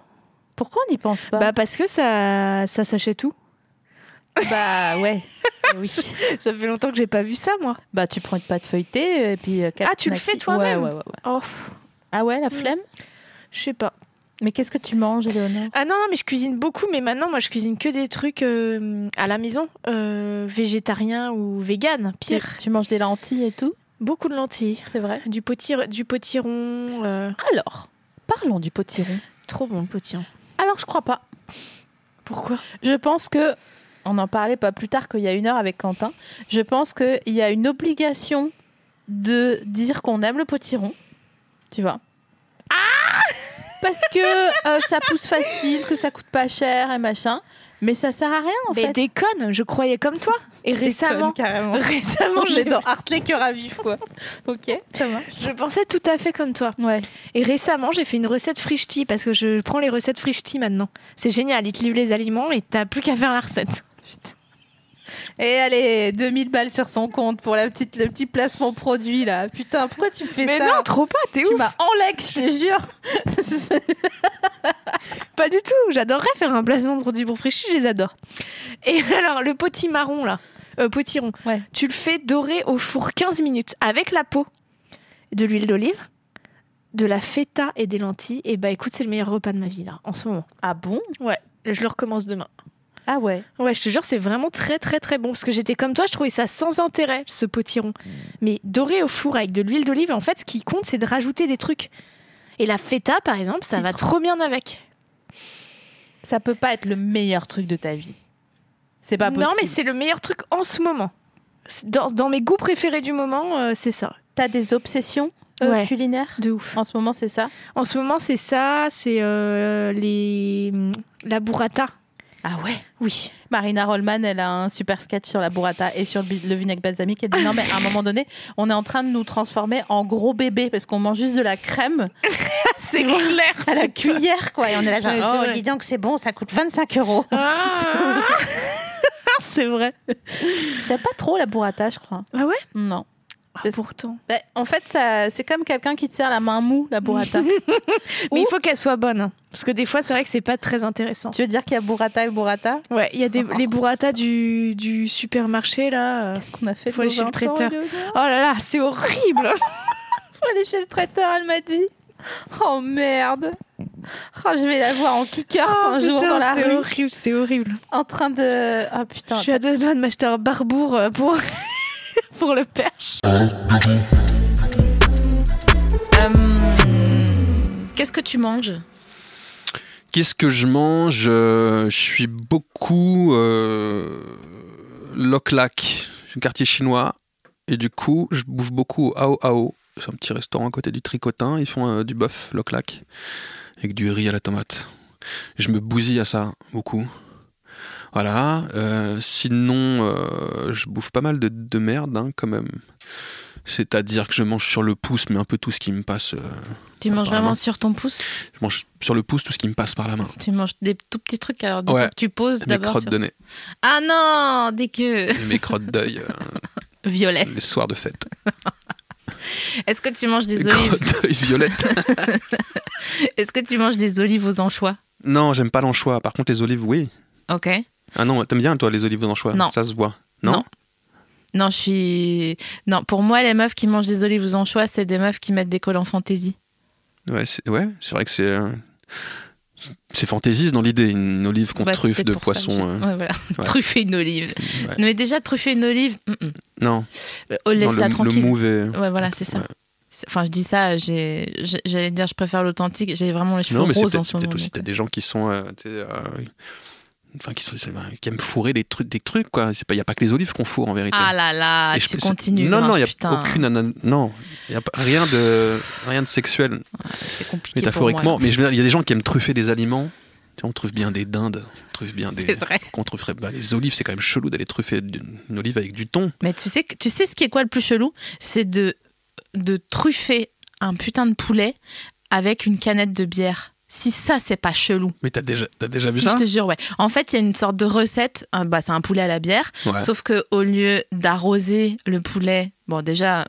S1: Pourquoi on n'y pense pas
S16: Bah parce que ça, ça s'achète tout.
S32: *laughs*
S1: Bah ouais. Oui.
S16: ça fait longtemps que j'ai pas vu ça moi.
S1: Bah tu prends une pâte feuilletée et puis euh, quatre
S16: Ah, tu le
S1: knackis.
S16: fais toi-même
S1: Ouais, ouais, ouais, ouais.
S16: Oh.
S1: Ah ouais, la flemme
S16: Je sais pas.
S1: Mais qu'est-ce que tu manges, Léonore
S16: Ah non, non, mais je cuisine beaucoup, mais maintenant, moi, je cuisine que des trucs euh, à la maison, euh, végétariens ou vegan, pire.
S1: Tu, tu manges des lentilles et tout
S16: Beaucoup de lentilles.
S1: C'est vrai.
S16: Du, potir, du potiron. euh.
S1: Alors, parlons du potiron.
S16: Trop bon, le potiron.
S1: Alors, je crois pas.
S16: Pourquoi
S1: Je pense que, on en parlait pas plus tard qu'il y a une heure avec Quentin, je pense qu'il y a une obligation de dire qu'on aime le potiron, tu vois.
S16: Ah
S1: Parce que euh, ça pousse facile, que ça coûte pas cher et machin. Mais ça sert à rien en
S16: Mais
S1: fait.
S16: déconne, je croyais comme toi. Et
S1: Déconne,
S16: récemment,
S1: carrément.
S16: récemment,
S1: On est
S16: j'ai-
S1: dans Hartley cœur à vif quoi. Ok, ça marche.
S16: Je pensais tout à fait comme toi.
S1: Ouais.
S16: Et récemment, j'ai fait une recette frishti parce que je prends les recettes frishti maintenant. C'est génial, ils te livrent les aliments et t'as plus qu'à faire
S1: *laughs*
S16: la recette.
S1: Et allez, 2000 balles sur son compte pour la petite, le petit placement produit là. Putain, pourquoi tu me fais
S16: Mais
S1: ça
S16: non, trop pas, t'es
S1: Tu m'as enlec, je te jure. *laughs*
S16: Pas du tout, j'adorerais faire un placement de produits pour Frichy, je les adore. Et *laughs* alors, le potimarron, là, euh, potiron, tu le fais dorer au four 15 minutes avec la peau, de l'huile d'olive, de la feta et des lentilles. Et bah écoute, c'est le meilleur repas de ma vie, là, en ce moment.
S1: Ah bon
S16: Ouais, je le recommence demain. Ah ouais Ouais, je te jure, c'est vraiment très très très bon. Parce que j'étais comme toi, je trouvais ça sans intérêt, ce potiron.
S1: Hmm.
S16: Mais doré au four avec de l'huile d'olive, en fait, ce qui compte, c'est de rajouter des trucs. Et la feta, par exemple, ça va trop bien avec.
S19: Ça peut pas être le meilleur truc de ta vie. C'est pas possible.
S16: Non, mais c'est le meilleur truc en ce moment. C'est- Dans, dans mes goûts préférés du moment, euh, c'est ça.
S19: T'as des obsessions
S16: euh,
S19: culinaires
S16: De ouf.
S19: En ce moment, c'est ça
S16: En ce moment, c'est ça, c'est euh, les... la burrata.
S19: Ah ouais
S16: Oui.
S19: Marina Rollman, elle a un super sketch sur la burrata et sur le, bi- le vinaigre balsamique. Elle dit non, mais à un moment donné, on est en train de nous transformer en gros bébés parce qu'on mange juste de la crème.
S16: *laughs* c'est clair.
S19: À la cuillère, quoi. Et on est là, genre,
S16: Ouais, c'est
S19: oh,
S16: vrai. Ah.
S19: dis donc, c'est bon, ça coûte 25 euros. *laughs*
S16: *laughs* c'est vrai.
S19: *laughs* J'aime pas trop la burrata, je crois.
S16: Ah ouais Ah,
S19: Non. bah,
S16: pourtant.
S19: en fait, ça- c'est comme quelqu'un qui te sert la main mou, la burrata.
S16: *laughs* Mais il faut qu'elle soit bonne. hein. Parce que des fois, c'est vrai que c'est pas très intéressant.
S19: Tu veux dire qu'il y a burrata et burrata
S16: Ouais, il y
S19: *laughs*
S16: a des, les burrata du, du supermarché, là. Qu'est-ce
S19: qu'on a fait
S16: Faut aller
S19: de
S16: chez
S19: nos
S16: le
S19: enfants,
S16: traiteur.
S19: Léonore
S16: Oh là là,
S19: *laughs*
S16: c'est horrible *laughs*
S19: Faut aller chez le traiteur, elle m'a dit. Oh merde. Oh, je vais la voir en kickers
S16: Oh,
S19: un jour
S16: putain,
S19: dans la
S16: c'est
S19: rue.
S16: horrible, c'est horrible.
S19: En train de. Oh putain.
S16: Je suis à deux doigts de m'acheter un barbour euh, pour, *laughs* pour le perche.
S1: Euh, Qu'est-ce que tu manges
S14: Qu'est-ce que je mange Euh, Je suis beaucoup euh, Loclac, quartier chinois. Et du coup, je bouffe beaucoup au Ao Ao. C'est un petit restaurant à côté du Tricotin. Ils font euh, du bœuf Loclac avec du riz à la tomate. Je me bousille à ça beaucoup. Voilà. Euh, sinon, euh, je bouffe pas mal de, de merde hein, quand même. C'est-à-dire que je mange sur le pouce, mais un peu tout ce qui me passe. euh,
S1: Tu
S14: par
S1: manges
S14: la main.
S1: vraiment sur ton pouce
S14: Je mange sur le pouce tout ce qui me passe par la main.
S1: Tu manges des tout petits trucs alors du
S14: Ouais.
S1: coup, tu poses
S14: Mes
S1: d'abord.
S14: crottes
S1: sur-
S14: de
S1: *laughs*
S14: nez,
S1: Ah non, dégueu.
S14: et
S1: *laughs*
S14: mes crottes d'œil euh,
S1: Violet.
S14: les soirs de fête.
S1: Est-ce que tu manges des
S14: Les
S1: olives
S14: crottes d'œil violettes.
S1: *laughs* Est-ce que tu manges des olives aux anchois
S14: Non, j'aime pas l'anchois. Par contre, les olives, oui.
S1: Ok.
S14: Ah non, t'aimes bien toi les olives d'anchois
S1: Non.
S14: Ça se voit. Non,
S1: Non, je suis. Non, pour moi, les meufs qui mangent des olives aux anchois, c'est des meufs qui mettent des collants fantaisie.
S14: Ouais, c'est ouais, c'est vrai que c'est. euh, C'est fantaisiste dans l'idée, une olive qu'on
S1: Bah, c'est
S14: truffe
S1: peut-être
S14: de
S1: pour ça,
S14: poisson.
S1: juste-
S14: euh,
S1: ouais, voilà. *laughs*
S14: ouais.
S1: Truffer une olive.
S14: Ouais.
S1: Mais déjà, truffer une olive, mm, mm.
S14: Non.
S1: Euh, oh, laisse-la
S14: Non, le- euh.
S1: tranquille.
S14: Le move est-
S1: Ouais, voilà, c'est ça. C'est- Enfin, je dis ça, j'ai- j'ai- j'allais dire je préfère l'authentique, j'ai vraiment les cheveux
S14: Non, mais c'est
S1: roses en
S14: peut-être
S1: ce
S14: c'est
S1: moment.
S14: peut-être aussi t'as des gens qui sont. euh, tu sais, euh, Enfin, qui, sont, bah, qui aiment fourrer des trucs, des trucs quoi. Il n'y a pas que les olives qu'on fourre en vérité.
S1: Ah là là,
S14: Et
S1: tu
S14: je- c'est-
S1: continues.
S14: Non,
S1: Gringe,
S14: non, il n'y a
S1: putain.
S14: aucune. ana- Non, il n'y a pas- rien de, rien de sexuel.
S1: c'est compliqué. pour
S14: Métaphoriquement,
S1: moi, là.
S14: mais je veux dire, il y a des gens qui aiment truffer des aliments. Tu vois, on truffe bien des dindes, on truffe
S1: *laughs*
S14: bien des.
S1: C'est vrai.
S14: Qu'on trufferait. Bah, les olives, c'est quand même chelou d'aller truffer d- une olive avec du thon.
S1: Mais tu sais, que- tu sais ce qui est quoi le plus chelou C'est de, de truffer un putain de poulet avec une canette de bière. Si ça, c'est pas chelou.
S14: Mais t'as déjà, t'as déjà vu
S1: Si,
S14: ça
S1: je te jure, ouais. En fait, il y a une sorte de recette. hein, bah, c'est un poulet à la bière.
S14: Ouais.
S1: Sauf que au lieu d'arroser le poulet, bon, déjà,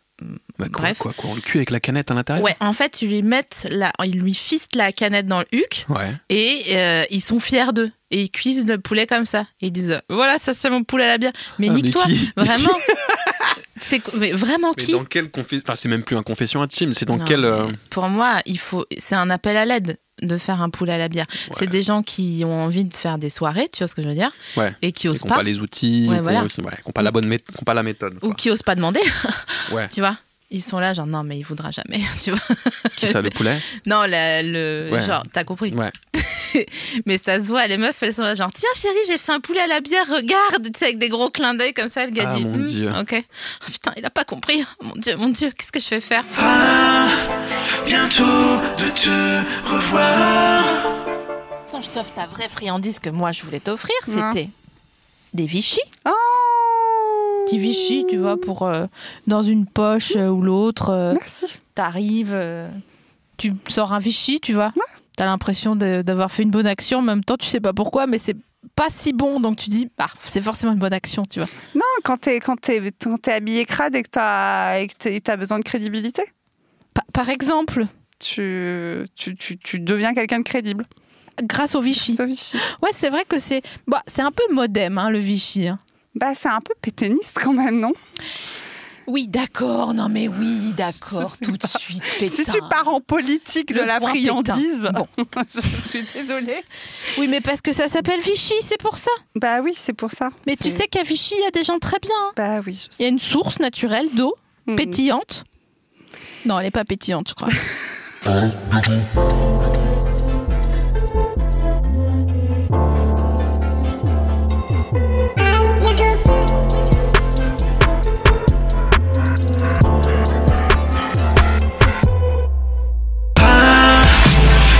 S14: Bah, quoi,
S1: Bref.
S14: Quoi, quoi, on le cuit avec la canette à l'intérieur
S1: ouais. En fait, ils lui mettent la, ils lui fistent la canette dans le huc
S14: Ouais.
S1: et euh, ils sont fiers d'eux et ils cuisent le poulet comme ça. Et ils disent, voilà, ça c'est mon poulet à la bière. Mais
S14: Ah, mais
S1: nique-toi,
S14: qui *laughs*
S1: vraiment. c'est mais vraiment
S14: Mais
S1: qui
S14: dans quelle confession Enfin, c'est même plus un confession intime, c'est dans
S1: Non,
S14: quel.
S1: mais
S14: euh,
S1: Pour moi, il faut. C'est un appel à l'aide de faire un poulet à la bière. C'est des gens qui ont envie de faire des soirées, tu vois ce que je veux dire,
S14: Ouais.
S1: et qui
S14: Et
S1: osent
S14: qui n'ont
S1: pas,
S14: pas. les outils,
S1: Ouais,
S14: qui ont-
S1: voilà.
S14: qui ouais, qui n'ont pas la bonne mé- qui ont pas la méthode.
S1: ou qui osent pas demander.
S14: Ouais.
S1: tu vois, ils sont là genre non mais il voudra jamais, *laughs* tu vois.
S14: Qui ça, le poulet
S1: Non, la- le
S14: Ouais.
S1: Euh, genre t'as compris. *laughs*
S14: Ouais.
S1: mais ça se voit, les meufs elles sont là genre tiens chérie j'ai fait un poulet à la bière, regarde, tu sais avec des gros clins d'œil comme ça le gars
S14: Ah,
S1: dit.
S14: mon
S1: Hmm,
S14: Dieu.
S1: Ok. Oh, putain il a pas compris. Oh, Mon dieu mon dieu qu'est-ce que je vais faire.
S7: Bientôt de te revoir.
S32: Attends, je t'offre ta vraie friandise que moi je voulais t'offrir,
S19: Ouais.
S32: c'était des Vichy. Petit Vichy, tu vois, pour euh, dans une poche euh, ou l'autre. Merci. T'arrives, euh, tu sors un Vichy, tu vois. T'as l'impression de- d'avoir fait une bonne action, en même temps tu sais pas pourquoi, mais c'est pas si bon, donc tu dis, bah, c'est forcément une bonne action, tu vois.
S15: Non, quand t'es quand t'es- quand t'es habillé crade et que t'as et que t'es- t'as besoin de crédibilité.
S32: par exemple.
S15: Tu, tu, tu, tu deviens quelqu'un de crédible.
S32: Grâce au Vichy. Ouais, c'est vrai que c'est bah, c'est un peu modem, hein, le Vichy.
S15: Bah, c'est un peu péténiste quand même, non
S1: Oui, d'accord, non mais oui, d'accord, tout de suite, Pétain.
S15: *laughs* Si tu pars
S1: en politique
S15: de la friandise.
S1: je suis désolée.
S15: Oui, mais parce que ça s'appelle Vichy, c'est pour ça.
S38: Bah oui, c'est pour ça.
S15: Mais tu sais qu'à Vichy, il y a des gens très bien. hein.
S38: Bah oui.
S15: Il y a une source naturelle d'eau pétillante. Non, elle n'est pas pétillante, je crois.
S2: Pas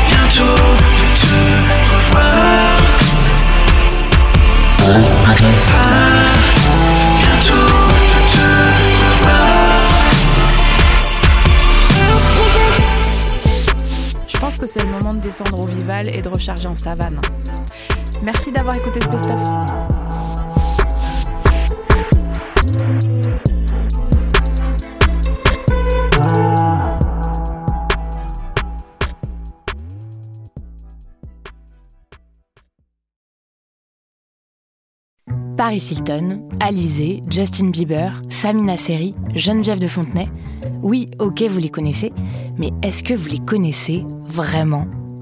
S2: bientôt de te revoir. Pas bientôt de te revoir.
S1: Je pense que c'est le moment de descendre au rival et de recharger en savane. Merci d'avoir écouté ce best-of.
S16: Paris Hilton, Alizé, Justin Bieber, Samina Seri, Geneviève de Fontenay. Oui, ok, vous les connaissez, mais est-ce que vous les connaissez vraiment